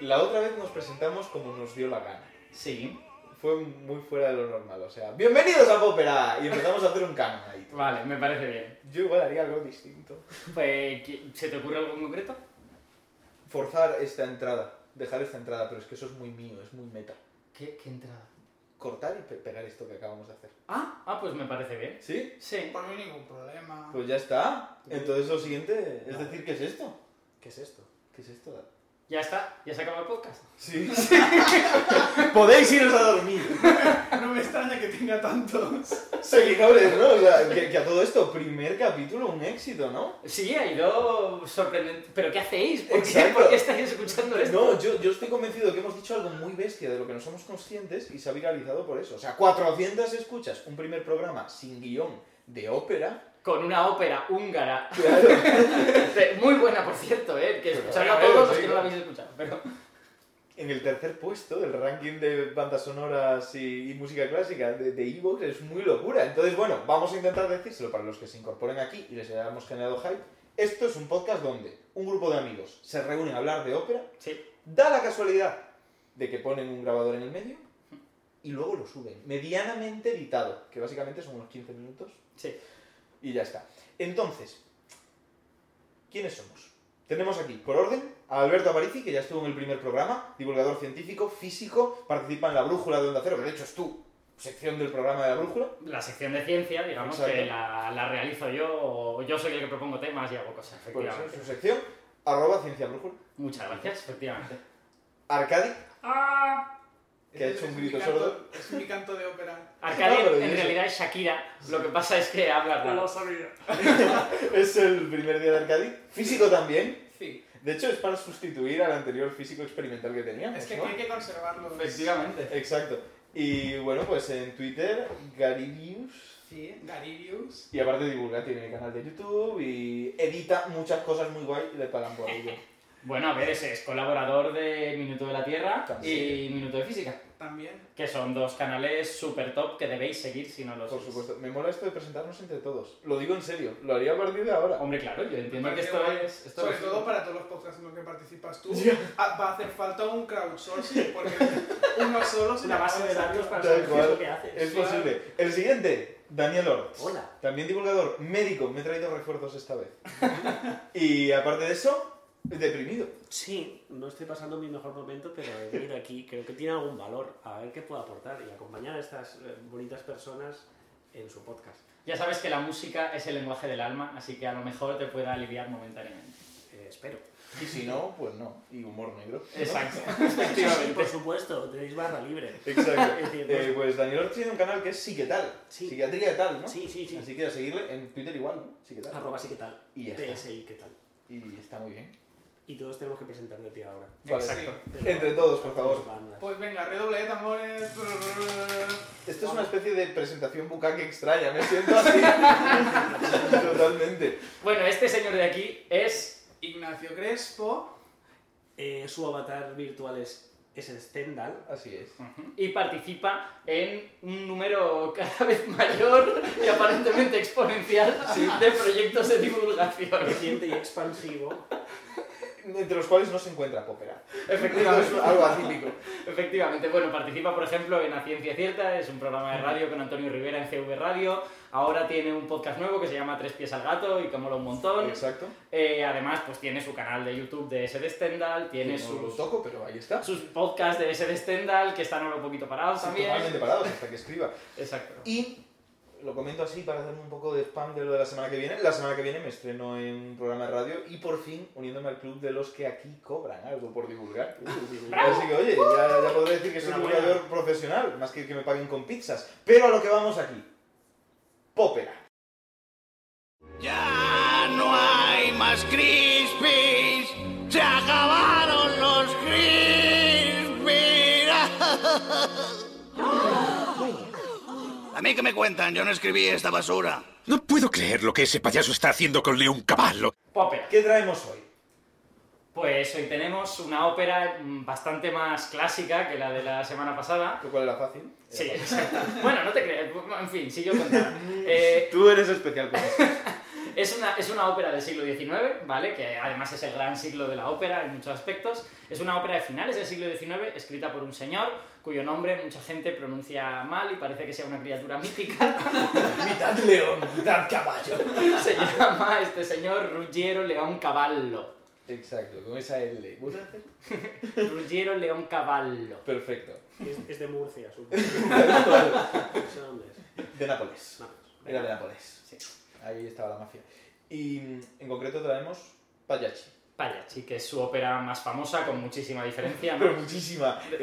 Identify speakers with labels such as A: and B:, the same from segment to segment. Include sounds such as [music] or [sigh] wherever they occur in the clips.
A: La otra vez nos presentamos como nos dio la gana.
B: Sí.
A: Fue muy fuera de lo normal, o sea, ¡bienvenidos a Popera! Y empezamos a hacer un canon ahí.
B: Vale, me parece bien.
A: Yo igual haría algo distinto.
B: Pues, ¿qué- ¿se te ocurre algo en concreto?
A: Forzar esta entrada, dejar esta entrada, pero es que eso es muy mío, es muy meta.
B: ¿Qué, qué entrada?
A: Cortar y pe- pegar esto que acabamos de hacer.
B: Ah, ah, pues me parece bien.
A: ¿Sí?
B: Sí.
C: Por mí ningún problema. [laughs]
A: Pues ya está. Entonces lo siguiente es decir, ¿qué es esto?
C: ¿Qué es esto?
A: ¿Qué es esto?
B: Ya está, ya se acaba el podcast.
A: Sí. [laughs] Podéis iros a dormir.
C: No me extraña que tenga tantos.
A: Seguidores, ¿no? O sea, que, que a todo esto, primer capítulo, un éxito, ¿no?
B: Sí, ha ido sorprendente. ¿Pero qué hacéis? ¿Por qué?
A: Exacto.
B: ¿Por qué estáis escuchando esto?
A: No, yo, yo estoy convencido que hemos dicho algo muy bestia de lo que no somos conscientes y se ha viralizado por eso. O sea, 400 escuchas, un primer programa sin guión de
B: [laughs]
A: ópera.
B: Con una ópera húngara. [laughs]
A: Claro.
B: de- Muy buena, por cierto, ¿eh? Que
A: Pero,
B: escuchadla a
A: claro,
B: todos los
A: sí,
B: que no la
A: claro.
B: habéis escuchado. Pero...
A: En el tercer puesto del ranking de bandas sonoras y, y música clásica de de Evox es muy locura. Entonces, bueno, vamos a intentar decírselo para los que se incorporen aquí y les hayamos generado hype. Esto es un podcast donde un grupo de amigos se reúnen a hablar de ópera
B: Sí.
A: Da la casualidad de que ponen un grabador en el medio y luego lo suben, medianamente editado, que básicamente son unos 15 minutos
B: Sí.
A: y ya está. Entonces, ¿quiénes somos? Tenemos aquí, por orden, a Alberto Aparici, que ya estuvo en el primer programa, divulgador científico, físico, participa en La Brújula de Onda Cero, que de hecho es tu sección del programa de La Brújula.
B: La sección de ciencia, digamos,
A: Exacto.
B: que la, la realizo yo. O yo soy el que propongo temas y hago cosas,
A: Por Pues eso es
B: efectivamente.
A: su sección, arroba Ciencia Brújula.
B: Muchas gracias, efectivamente.
A: Arcadi, [laughs]
B: Ah.
A: que ha
C: Es-
A: hecho un
C: es mi
A: grito
C: canto-
A: sordo.
C: Es mi canto de ópera.
B: Arcadia,
A: Claro,
B: en
A: y eso.
B: realidad es Shakira. Lo que pasa es que habla raro.
C: sabía.
A: es el primer día de Arcadi. Físico también,
C: Sí.
A: De hecho, es para sustituir al anterior físico experimental que teníamos,
C: Es que
A: ¿no?
C: hay que conservarlo.
B: Efectivamente.
A: Exacto. Y bueno, pues en Twitter, Garibius.
C: Sí, Darius.
A: Y aparte divulga, tiene el canal de YouTube y edita muchas cosas muy guay y le pagan por ello.
B: Bueno, a ver, ese es colaborador de Minuto de la Tierra
A: Sí.
B: y Minuto de Física,
C: También.
B: que son dos canales super top que debéis seguir si no lo
A: Por
B: sois.
A: supuesto. Me mola esto de presentarnos entre todos. Lo digo en serio, lo haría a partir de ahora.
B: Hombre, claro, yo entiendo que
C: Porque
B: esto
C: guay.
B: es... Esto
C: Sobre
B: es-
C: todo para todos los podcasts en los que participas tú.
A: Ya.
C: Ah, Va a hacer falta un crowdsourcing porque [laughs] uno solo se
B: una
C: la
B: base de
C: sacar.
B: datos para
A: Tal
B: saber qué es
A: cual.
B: lo que haces.
A: Es posible. El siguiente, Daniel Ortiz.
B: Hola.
A: También divulgador, médico. Me he traído refuerzos esta vez. y aparte de eso, deprimido.
D: Sí, no estoy pasando mi mejor momento, pero venir aquí creo que tiene algún valor. A ver qué puedo aportar y acompañar a estas eh, bonitas personas en su podcast.
B: Ya sabes que la música es el lenguaje del alma, así que a lo mejor te pueda aliviar momentáneamente.
D: Eh, espero.
A: Y si no, pues no. Y humor negro. ¿no?
B: Exacto,
D: Sí, por
B: efectivamente.
D: supuesto, tenéis barra libre.
A: Exacto.
D: Es decir, no es-
A: Eh, pues Daniel Ortiz tiene un canal que es Psiquetal.
D: Sí.
A: Psiquiatría tal, ¿no?
D: Sí, sí, sí.
A: Así que a seguirle en Twitter igual, ¿no? Psiquetal.
D: Arroba sí que tal.
A: Y ya está.
D: PSI qué tal.
A: Y está muy bien.
D: Y todos tenemos que presentarnos a ti ahora.
A: Vale.
B: Exacto.
D: Pero-
A: Entre todos, por favor.
D: Bandas.
C: Pues venga, redoble de tambores.
A: Esto es una especie de presentación bucaque extraña, me siento
B: [laughs]
A: así. Totalmente.
B: Bueno, este señor de aquí es...
C: Ignacio Crespo.
D: Eh, su avatar virtual es, es Stendhal.
A: Así es.
B: y participa en un número cada vez mayor y aparentemente exponencial de proyectos de divulgación.
D: Reciente y expansivo.
B: Mm.
A: Entre los cuales no se encuentra
B: [laughs]
A: Popera. Esto es
B: Efectivamente,
A: algo atípico.
B: efectivamente. Bueno, participa, por ejemplo, en A Ciencia Cierta, es un programa de radio con Antonio Rivera en CV Radio. Ahora tiene un podcast nuevo que se llama Tres Pies al Gato y que mola un montón.
A: Exacto.
B: Eh, además, pues tiene su canal de YouTube de S. de Stendhal, tiene
A: No lo
B: sus,
A: toco, pero ahí está.
B: sus podcasts de S. de Stendhal que están ahora un poquito parados también.
A: Totalmente parados hasta que escriba.
B: Exacto.
A: Y lo comento así para hacerme un poco de spam de lo de la semana que viene. La semana que viene me estreno en un programa de radio y por fin uniéndome al club de los que aquí cobran algo por divulgar. [laughs] Así que oye, ya, ya podré decir que soy un
D: Enhorabuena.
A: divulgador profesional, más que que me paguen con pizzas. Pero a lo que vamos aquí. Popera.
E: Ya no hay más crispies, se acabaron.
F: [laughs] A mí que me cuentan, yo no escribí esta basura.
E: No puedo creer lo que ese payaso está haciendo con León Caballo.
B: Popper.
A: ¿Qué traemos hoy?
B: Pues hoy tenemos una ópera mm, bastante más clásica que la de la semana pasada.
A: ¿Tú cuál era fácil? Era
B: Sí,
A: fácil.
B: exacto. Bueno, no te creas. En fin, si yo contara. Eh,
A: Tú eres especial con esto.
B: Es una, es una ópera del siglo XIX, ¿vale? Que además es el gran siglo de la ópera en muchos aspectos. Es una ópera de finales del siglo XIX, escrita por un señor cuyo nombre mucha gente pronuncia mal y parece que sea una criatura mítica.
A: [laughs] mitad león, mitad caballo.
B: Se llama este señor Ruggiero León Cavallo.
A: Exacto, con esa L. ¿Puedo hacer?
B: Ruggiero León Cavallo.
A: Perfecto.
D: Es, es de Murcia,
A: [laughs]
D: supongo. no sé dónde es.
A: De Nápoles.
D: No,
A: Era de Nápoles.
B: Sí.
A: Ahí estaba la mafia. Y mm, en concreto traemos Payachi.
B: Pagliacci, que es su ópera más famosa con muchísima diferencia,
A: Pero
B: ¿no?
A: muchísima. Eh,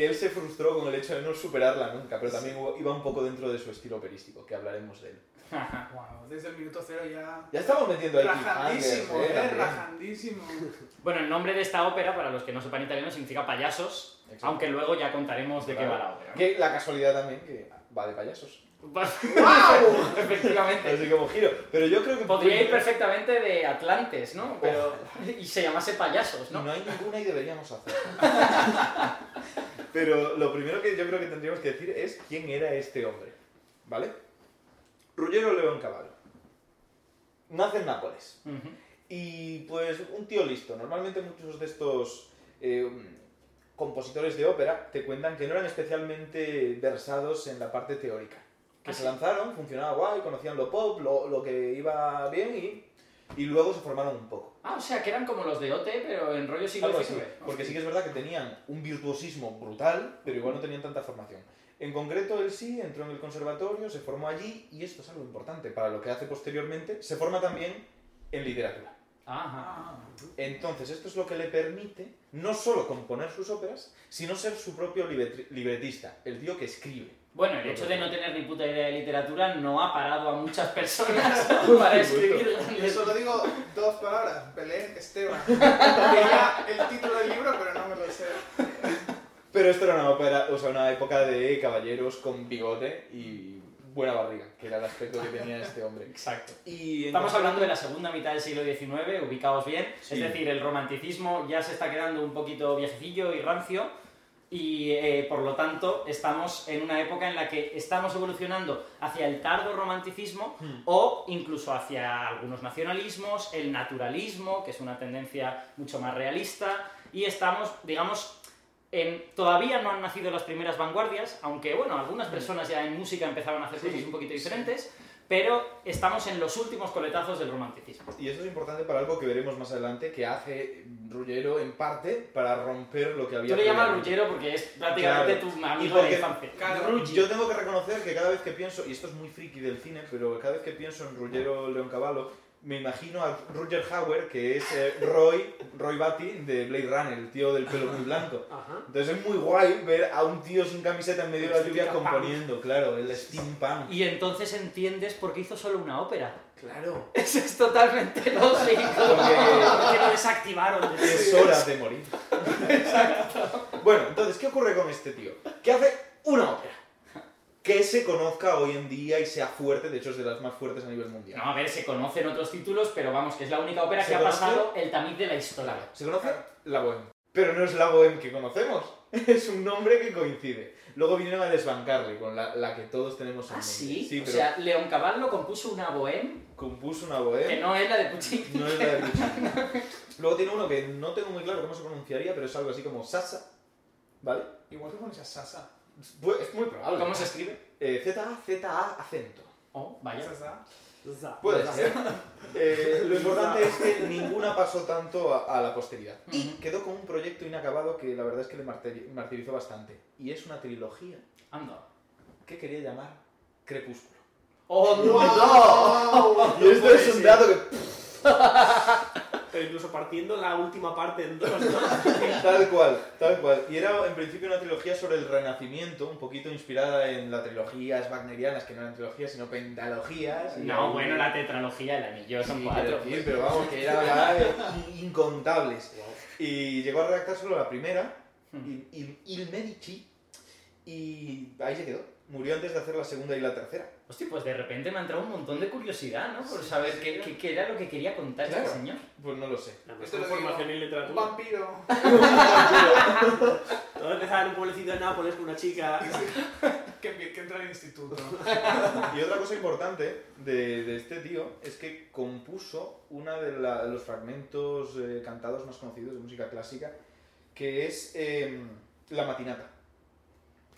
A: eh, él se frustró con el hecho de no superarla nunca, pero también hubo- iba un poco dentro de su estilo operístico, que hablaremos de él.
B: Ah,
C: Wow, desde el minuto cero ya.
A: Ya estamos metiendo ahí
C: Rajandísimo,
A: cliffhangers, eh,
C: eh,
A: también.
C: rajandísimo.
B: Bueno, el nombre de esta ópera, para los que no sepan italiano, significa payasos,
A: Exacto.
B: aunque luego ya contaremos de qué va la ópera. ¿no?
A: Que la casualidad también que va de payasos.
B: ¡Wow! [laughs] Efectivamente.
A: Así como giro. Pero yo creo que...
B: Podría ir perfectamente de Atlantes, ¿no? Pero...
A: Ojalá.
B: Y se llamase payasos,
A: No,
B: ¿no?
A: no hay ninguna y deberíamos hacerlo. [laughs] Pero lo primero que yo creo que tendríamos que decir es quién era este hombre. ¿Vale? Ruggero León Cavallo. Nace en Nápoles.
B: Ujú.
A: Y pues un tío listo. Normalmente muchos de estos eh, compositores de ópera te cuentan que no eran especialmente versados en la parte teórica. Que
B: Ah,
A: se
B: sí.
A: lanzaron, funcionaba guay, conocían lo pop, lo, lo que iba bien y, y luego se formaron un poco.
B: Ah, o sea, que eran como los de OT, pero en rollo siglo
A: Algo así,
B: XIX.
A: porque sí que es verdad que tenían un virtuosismo brutal, pero igual no tenían tanta formación. En concreto, él sí entró en el conservatorio, se formó allí y esto es algo importante para lo que hace posteriormente. Se forma también en literatura.
B: Ajá.
C: Ah,
A: Entonces, esto es lo que le permite no solo componer sus óperas, sino ser su propio libretri- libretista, el tío que escribe.
B: Bueno, el hecho de no tener ni puta idea de literatura no ha parado a muchas personas
A: [laughs]
B: para escribir
C: yo
B: grandes
C: solo digo dos palabras: Belén Esteban. Tenía el título del libro, pero no me lo sé.
A: Pero esto era una ópera, o sea, una época de caballeros con bigote y buena barriga, que era el aspecto que tenía este hombre.
B: Exacto.
A: [laughs] Y en
B: Estamos
A: concreto-
B: hablando de la segunda mitad del siglo XIX, ubicaos bien.
A: Sí.
B: Es decir, el romanticismo ya se está quedando un poquito viejecillo y rancio. Y eh, por lo tanto, estamos en una época en la que estamos evolucionando hacia el tardo romanticismo
A: Hmm.
B: o incluso hacia algunos nacionalismos, el naturalismo, que es una tendencia mucho más realista. Y estamos, digamos, en- todavía no han nacido las primeras vanguardias, aunque bueno, algunas personas ya en música empezaban a hacer
A: Hmm. Sí,
B: cosas un poquito
A: sí.
B: diferentes, pero estamos en los últimos coletazos del romanticismo.
A: Y esto es importante para algo que veremos más adelante, que hace Ruggiero en parte para romper lo que había...
B: Yo le llamo a
A: previamente.
B: Ruggiero porque es prácticamente
A: Claro.
B: tu
A: Y
B: amigo de
A: porque-
B: la infancia.
C: Cada
A: Ruggi- Yo tengo que reconocer que cada vez que pienso, y esto es muy friki del cine, pero cada vez que pienso en Ruggero León Cavallo, me imagino a Roger Hauer, que es eh, Roy, Roy Batty de Blade Runner, el tío del pelo muy blanco.
D: Ajá.
A: Entonces es muy guay ver a un tío sin camiseta en medio de la lluvia
B: Steampunk.
A: componiendo, claro, el steampunk.
B: Y entonces entiendes por qué hizo solo una ópera.
A: Claro,
B: [laughs] Eso
A: [laughs]
B: es totalmente lógico. [laughs]
A: porque
D: Porque lo desactivaron.
A: es hora de morir. Bueno, entonces, ¿qué ocurre con este tío? Que hace una ópera. Que se conozca hoy en día y sea fuerte, de hecho es de las más fuertes a nivel mundial.
B: No, a ver, se conocen otros títulos, pero vamos, que es la única ópera
A: ¿Se
B: que ha
A: conoce?
B: pasado el tamiz de la historia.
A: Se conoce la Bohème. Pero no es la Bohème que conocemos. [laughs] Es un nombre que coincide. Luego vinieron a desbancarle con la, la que todos tenemos en
B: Ah,
A: mente.
B: sí. o
A: pero
B: sea, León Cavallo compuso una bohème
A: compuso una
B: que
A: Bohème.
B: no es la de Puccini.
A: No es la de Puccini. Luego tiene uno que no tengo muy claro cómo se pronunciaría, pero es algo así como Sasa. ¿Vale?
C: Igual que pronuncias Sasa.
A: Pues es muy probable.
B: ¿Cómo se escribe?
A: Eh, Z-A, Z-A, acento.
B: Oh, vaya.
C: Sasa.
D: Za.
A: Puede ser. Eh, lo importante es que ninguna pasó tanto a, a la posteridad. Y
B: Ujú.
A: quedó con un proyecto inacabado que la verdad es que le martiri- martirizó bastante. Y es una trilogía
B: Anda.
A: que quería llamar Crepúsculo.
B: ¡Oh,
D: [laughs]
C: ¡Wow!
A: Y esto es un [laughs] dato que
D: Pero E incluso partiendo la última parte en dos, [laughs] ¿no?
A: tal cual, tal cual. Y era en principio una trilogía sobre el Renacimiento, un poquito inspirada en las trilogías wagnerianas, que no eran trilogías, sino pentalogías. Y-
B: No, bueno, la tetralogía, el anillo, son
A: Sí,
B: cuatro. pues.
A: quiero decir, pero vamos, que era [laughs] ya, eh, incontables. Y llegó a redactar solo la primera,
B: Hmm.
A: Il, Il- Il Medici, y ahí se quedó. murió antes de hacer la segunda y la tercera.
B: Hostia, pues de repente me ha entrado un montón de curiosidad, ¿no? Por saber qué, qué- qué era lo que quería contar
A: Claro.
B: este señor.
A: Pues no lo sé.
D: La
C: Esto
D: mejor
C: lo digo.
D: formación en
C: Un
D: literatura.
C: vampiro.
D: Todo empezaba en un pueblecito de Nápoles con una chica.
C: Que, empie- que entra al instituto.
A: Y otra cosa importante de, de este tío es que compuso uno de la- los fragmentos eh, cantados más conocidos de música clásica, que es eh, La Matinata,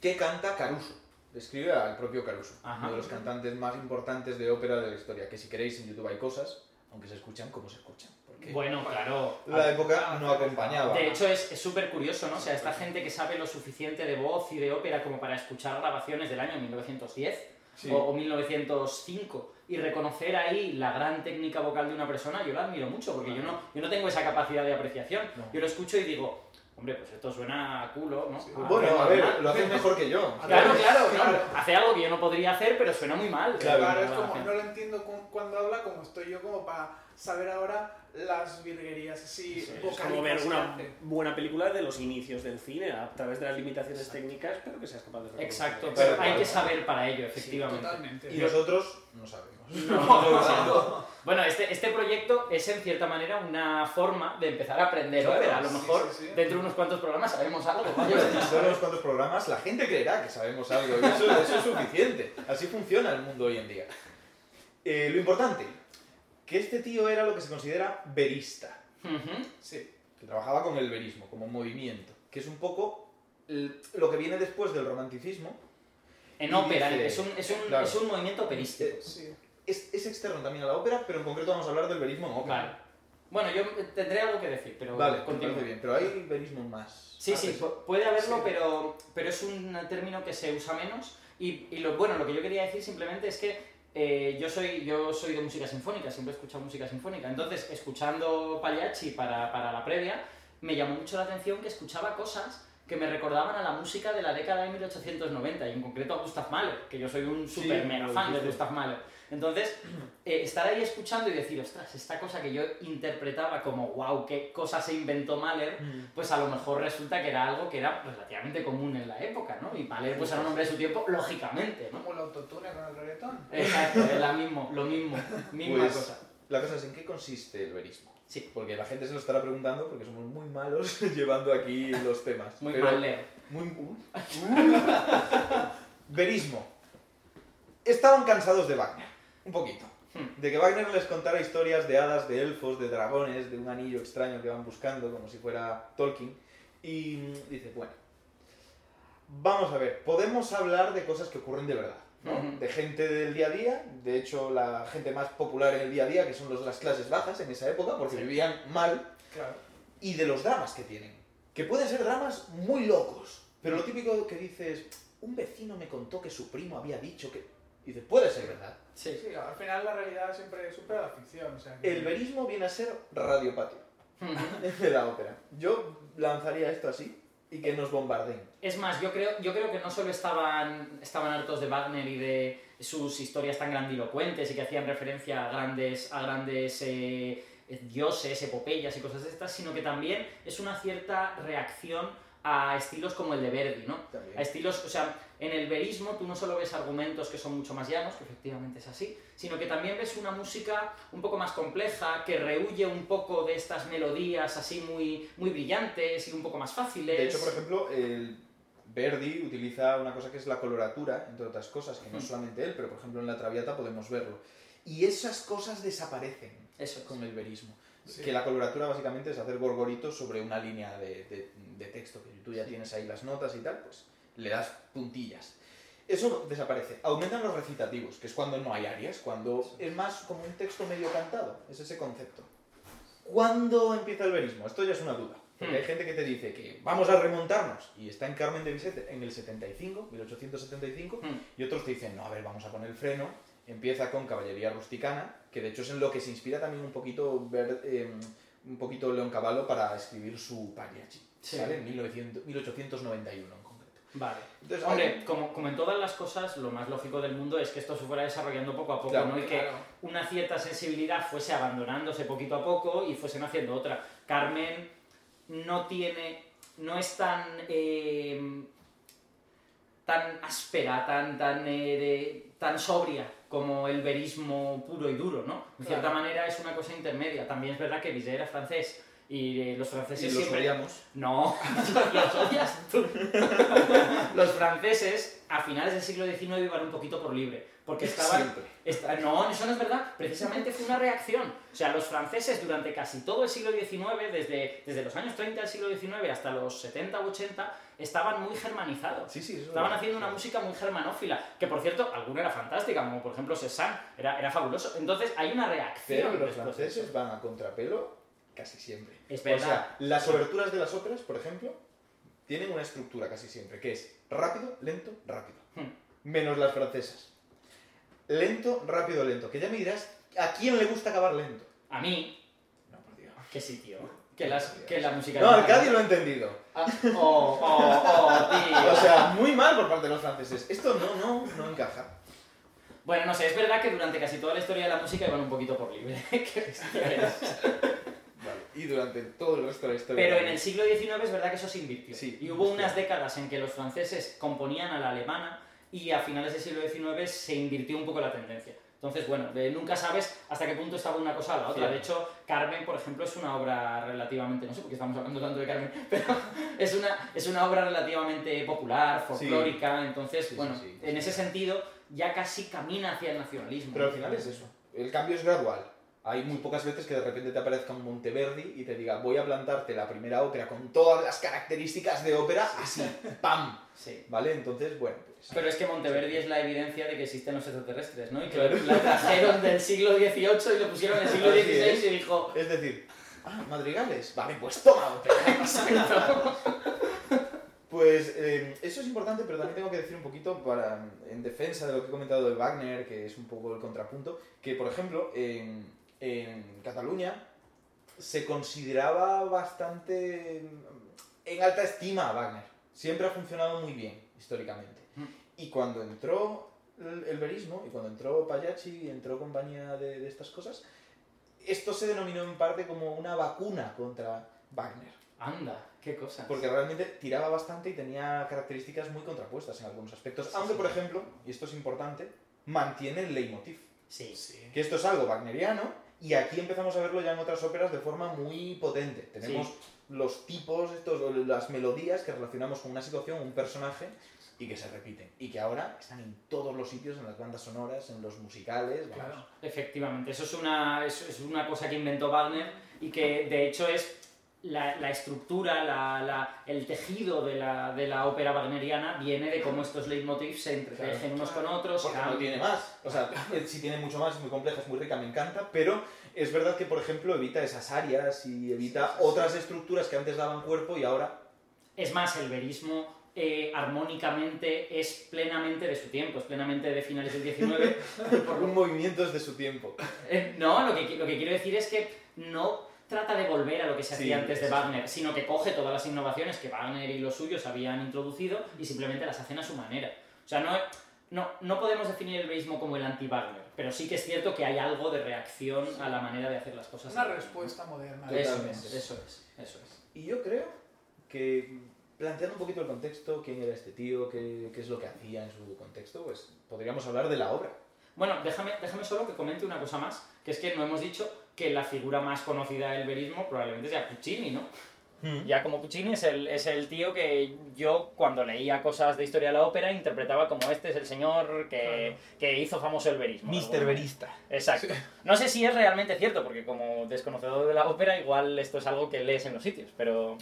A: que canta Caruso. Describe al propio Caruso,
B: Ajá.
A: uno de los cantantes más importantes de ópera de la historia, que si queréis en YouTube hay cosas, aunque se escuchan como se escuchan. Porque
B: Bueno, claro. Ah,
A: la época no acompañaba.
B: De hecho, es es súper curioso, ¿no? O sea, esta gente que sabe lo suficiente de voz y de ópera como para escuchar grabaciones del año 1910
A: Sí.
B: o, o 1905 y reconocer ahí la gran técnica vocal de una persona, yo la admiro mucho porque yo no, yo no tengo esa capacidad de apreciación.
A: No.
B: Yo lo escucho y digo, hombre, pues esto suena a culo, ¿no? Ah,
A: Bueno, a
B: normal.
A: ver, lo haces mejor que yo.
B: Claro, claro,
C: Claro.
B: claro. Hace algo que yo no podría hacer, pero suena muy mal.
A: Claro,
C: Claro, es
B: no,
C: como,
B: no,
C: no lo entiendo cu- cuando habla, como estoy yo como para saber ahora las virguerías así
D: Es
C: vocálicas
D: como ver
C: que
D: una
C: hace.
D: buena película de los inicios del cine a través de las limitaciones técnicas, pero que seas capaz de reconocer.
B: Exacto,
A: Claro,
B: pero hay
A: claro.
B: que saber para ello, efectivamente.
C: Totalmente.
A: Y nosotros no sabemos. [laughs]
B: Bueno, este, este proyecto es en cierta manera una forma de empezar a aprender
A: Claro,
B: ópera. A lo
C: sí,
B: mejor
C: sí, sí.
B: dentro de unos cuantos programas sabemos algo.
A: [laughs]
B: vaya.
A: Solo unos cuantos programas, la gente creerá que sabemos algo. Y eso, eso es suficiente. Así funciona el mundo hoy en día. Eh, lo importante, que este tío era lo que se considera verista,
B: Ujú.
C: Sí.
A: que trabajaba con el verismo, como movimiento, que es un poco l- lo que viene después del romanticismo.
B: En
A: Y
B: ópera,
A: dice-
B: es un, es un-
A: claro. Eh,
B: es un movimiento operístico.
C: Sí.
A: Es, es externo también a la ópera, pero en concreto vamos a hablar del verismo en ópera.
B: Vale. Bueno, yo eh, tendré algo que decir, pero
A: Vale, me
B: continúo.
A: parece bien, pero hay verismo más.
B: Sí,
A: más
B: sí,
A: eso.
B: pu- puede haberlo,
C: Sí.
B: pero, pero es un término que se usa menos. Y, y lo, bueno, lo que yo quería decir simplemente es que eh, yo, soy, yo soy de música sinfónica, siempre he escuchado música sinfónica. Entonces, escuchando Pagliacci para, para la previa, me llamó mucho la atención que escuchaba cosas que me recordaban a la música de la década de 1890, y en concreto a Gustav Mahler, que yo soy un
A: Sí,
B: super mega
A: lo
B: fan de
A: dijiste.
B: Gustav Mahler. Entonces, eh, estar ahí escuchando y decir, ostras, esta cosa que yo interpretaba como, wow, qué cosa se inventó Mahler,
A: Mm.
B: pues a lo mejor resulta que era algo que era relativamente común en la época, ¿no? Y Mahler pues era un hombre de su tiempo, lógicamente,
C: [laughs]
B: ¿no?
C: Como el autotune con el reggaetón.
B: Exacto, es la mismo, lo mismo, misma
A: Pues,
B: cosa.
A: La cosa es en qué consiste el verismo.
B: Sí,
A: Porque la gente se lo estará preguntando porque somos muy malos [laughs] llevando aquí los temas.
B: muy
A: Pero-
B: mal leer.
A: Muy... Uh. Verismo. Estaban cansados de Wagner, un poquito.
B: Hmm.
A: De que Wagner les contara historias de hadas, de elfos, de dragones, de un anillo extraño que van buscando, como si fuera Tolkien. Y mm, dice, bueno, vamos a ver, podemos hablar de cosas que ocurren de verdad. ¿no?
B: Ujú.
A: De gente del día a día, de hecho la gente más popular en el día a día, que son los de las clases bajas en esa época, porque vivían mal,
C: Claro.
A: y de los dramas que tienen. Que pueden ser dramas muy locos. Pero lo típico que dices, un vecino me contó que su primo había dicho que... Y dices, puede ser verdad.
B: Sí.
C: Sí, al final la realidad siempre supera la ficción. O sea, que-
A: El verismo viene a ser radiopatio [laughs] de la ópera. Yo lanzaría esto así y que nos bombardeen.
B: Es más, yo creo, yo creo que no solo estaban, estaban hartos de Wagner y de sus historias tan grandilocuentes y que hacían referencia a grandes, a grandes eh, dioses, epopeyas y cosas de estas, sino que también es una cierta reacción a estilos como el de Verdi, ¿no?
A: También.
B: A estilos, o sea, en el verismo tú no solo ves argumentos que son mucho más llanos, que efectivamente es así, sino que también ves una música un poco más compleja, que rehuye un poco de estas melodías así muy, muy brillantes y un poco más fáciles.
A: De hecho, por ejemplo, el Verdi utiliza una cosa que es la coloratura, entre otras cosas, que no es solamente él, pero por ejemplo en la Traviata podemos verlo. Y esas cosas desaparecen
B: Eso es.
A: con el verismo.
C: Sí.
A: Que la coloratura básicamente es hacer gorgoritos sobre una línea de, de- de texto, que tú ya tienes ahí las notas y tal, pues le das puntillas. Eso desaparece. Aumentan los recitativos, que es cuando no hay arias, cuando es más como un texto medio cantado, es ese concepto. ¿Cuándo empieza el verismo? Esto ya es una duda. Porque
B: Hmm.
A: hay gente que te dice que vamos a remontarnos y está en Carmen de Bizet en el 75, 1875,
B: Mm.
A: y otros te dicen, no, a ver, vamos a poner el freno. Empieza con Caballería Rusticana, que de hecho es en lo que se inspira también un poquito ver, eh, un poquito León Caballo para escribir su Pagliacci,
B: Sí.
A: ¿vale? En 1900 1891 en concreto.
B: Vale.
A: Entonces,
B: Pues, Hombre, como, como en todas las cosas, lo más lógico del mundo es que esto se fuera desarrollando poco a poco,
A: Claro,
B: ¿no? Y que
C: Claro.
B: una cierta sensibilidad fuese abandonándose poquito a poco y fuesen haciendo otra. Carmen no tiene. no es tan. eh, tan áspera, tan, tan, eh, de- tan sobria como el verismo puro y duro, ¿no? En cierta
C: Claro.
B: manera es una cosa intermedia. También es verdad que Bizet era francés y eh, los
A: Y
B: franceses
A: los
B: siempre...
A: odiamos.
B: No, [laughs] los odias
A: [laughs]
B: tú. Los franceses a finales del siglo XIX iban un poquito por libre, porque estaban...
A: Siempre.
B: esta- no, eso no es verdad. Precisamente fue una reacción. O sea, los franceses durante casi todo el siglo XIX, desde, desde los años 30 del siglo XIX hasta los 70 u 80, estaban muy germanizados.
A: Sí, sí, eso es
B: Estaban
A: verdad.
B: haciendo una música muy germanófila, que por cierto, alguna era fantástica, como por ejemplo Cézanne, era, era fabuloso. Entonces hay una reacción.
A: Pero los
B: después de
A: franceses
B: eso.
A: van a contrapelo casi siempre.
B: Es
A: O
B: verdad.
A: sea, las oberturas de las óperas, por ejemplo, tienen una estructura casi siempre, que es rápido, lento, rápido.
B: Hmm.
A: Menos las francesas. Lento, rápido, lento. Que ya me dirás, ¿a quién le gusta acabar lento?
B: A mí,
A: No, por Dios.
B: qué sitio. Que, las, que la música...
A: No, Arcadio lo ha entendido.
B: Ah, oh, oh, oh, tío.
A: O sea, muy mal por parte de los franceses. Esto no, no, no encaja.
B: Bueno, no sé, es verdad que durante casi toda la historia de la música iban un poquito por libre. [laughs] Qué bestia eres.
A: Vale. Y durante todo el resto de la historia.
B: Pero en el siglo XIX es verdad que eso se invirtió.
A: Sí,
B: y hubo
A: hostia.
B: unas décadas en que los franceses componían a la alemana y a finales del siglo XIX se invirtió un poco la tendencia. Entonces, bueno, de- nunca sabes hasta qué punto estaba una cosa a la otra.
A: Sí.
B: De hecho, Carmen, por ejemplo, es una obra relativamente, no sé por qué estamos hablando tanto de Carmen, [laughs] pero es una, es una obra relativamente popular, folclórica. Entonces,
A: Sí, sí,
B: bueno,
A: sí.
B: en ese sentido ya casi camina hacia el nacionalismo.
A: Pero al final es eso. El cambio es gradual. Hay muy pocas veces que de repente te aparezca un Monteverdi y te diga, voy a plantarte la primera ópera con todas las características de ópera, así, ¡pam!
B: Sí.
A: ¿Vale? Entonces, bueno, pues...
B: Pero es que Monteverdi es la evidencia de que existen los extraterrestres, ¿no? Y que la trajeron del siglo XVIII y lo pusieron en el siglo
A: Así es.
B: XVI y dijo...
A: Es decir, ah, madrigales, vale, pues toma ópera. Pues eh, eso es importante, pero también tengo que decir un poquito para, en defensa de lo que he comentado de Wagner, que es un poco el contrapunto, que por ejemplo en, en Cataluña se consideraba bastante en alta estima a Wagner. Siempre ha funcionado muy bien históricamente.
B: Mm.
A: Y cuando entró el, el verismo, y cuando entró Pagliacci, y entró compañía de, de estas cosas, esto se denominó en parte como una vacuna contra Wagner.
B: Anda, qué cosa.
A: Porque realmente tiraba bastante y tenía características muy contrapuestas en algunos aspectos.
B: Sí,
A: Aunque,
B: sí.
A: por ejemplo, y esto es importante, mantiene el leitmotiv.
B: Sí.
A: Que esto es algo wagneriano y aquí empezamos a verlo ya en otras óperas de forma muy potente. Tenemos los tipos, estos, o las melodías que relacionamos con una situación, un personaje y que se repiten. Y que ahora están en todos los sitios, en las bandas sonoras, en los musicales. vamos.
C: Claro.
B: Efectivamente, eso es una, eso es una cosa que inventó Wagner y que de hecho es la, la estructura, la, la- el tejido de la, de la ópera wagneriana viene de cómo estos leitmotivs se entretejen
A: Claro.
B: unos con otros.
A: Porque no
B: cambian.
A: tiene más. O sea, [laughs] eh, sí tiene mucho más, es muy compleja, es muy rica, me encanta, pero es verdad que, por ejemplo, evita esas áreas y evita otras estructuras que antes daban cuerpo y ahora... [laughs]
B: Es más, el verismo eh, armónicamente es plenamente de su tiempo, es plenamente de finales del XIX.
A: Por un movimiento es de su tiempo.
B: Eh, no, lo que, lo que quiero decir es que no trata de volver a lo que se
A: Sí,
B: hacía antes de
A: eso.
B: Wagner, sino que coge todas las innovaciones que Wagner y los suyos habían introducido y simplemente las hacen a su manera. O sea, no, no, no podemos definir el verismo como el anti-Wagner, pero sí que es cierto que hay algo de reacción a la manera de hacer las cosas.
C: Una respuesta moderna.
B: Eso
A: Totalmente.
B: es, eso es, eso es.
A: Y yo creo que, planteando un poquito el contexto, quién era este tío, qué, qué es lo que hacía en su contexto, pues podríamos hablar de la obra.
B: Bueno, déjame, déjame solo que comente una cosa más, que es que no hemos dicho que la figura más conocida del verismo probablemente sea Puccini, ¿no? Ya como Puccini es el, es el tío que yo cuando leía cosas de historia de la ópera interpretaba como este es el señor que, que hizo famoso el verismo. de alguna manera.
A: Verista.
B: Exacto. No sé si es realmente cierto, porque como desconocedor de la ópera igual esto es algo que lees en los sitios, pero...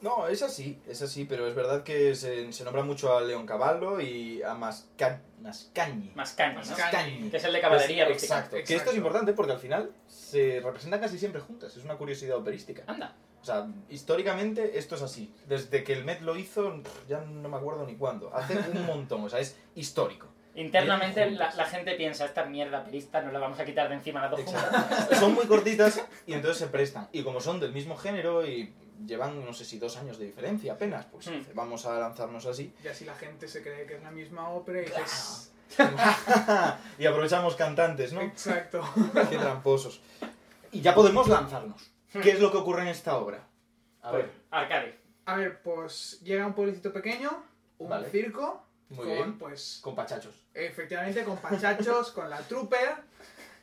G: No, es así, es así, pero es verdad que se, se nombra mucho a León Caballo y a Masca- Mascagni.
B: Más cañas, ¿no?
G: Mascagni.
B: Que es el de caballería.
G: Pues,
B: rústica.
G: exacto. Que esto es importante porque al final se representan casi siempre juntas, es una curiosidad operística.
B: Anda.
G: O sea, históricamente esto es así. Desde que el Met lo hizo, pff, ya no me acuerdo ni cuándo. Hace un montón, o sea, es histórico.
B: Internamente
G: Bien
B: la,
G: juntas.
B: la gente piensa, esta mierda perista no la vamos a quitar de encima las dos juntas.
G: Son muy cortitas y entonces se prestan. Y como son del mismo género y llevan, no sé si dos años de diferencia apenas, pues
B: Hmm.
G: dice, vamos a lanzarnos así. [laughs]
C: Y así la gente se cree que es la misma ópera y dices,
G: y aprovechamos cantantes, ¿no?
A: [laughs]
C: Exacto.
G: Qué tramposos. Y ya podemos lanzarnos. ¿Qué es lo que ocurre en esta obra? A ver.
B: Arcade.
C: A ver, pues llega un pueblecito pequeño, un
G: Vale.
C: circo,
A: Muy
C: con,
A: bien.
C: pues,
A: Con pachachos.
C: efectivamente, con pachachos, con la trooper.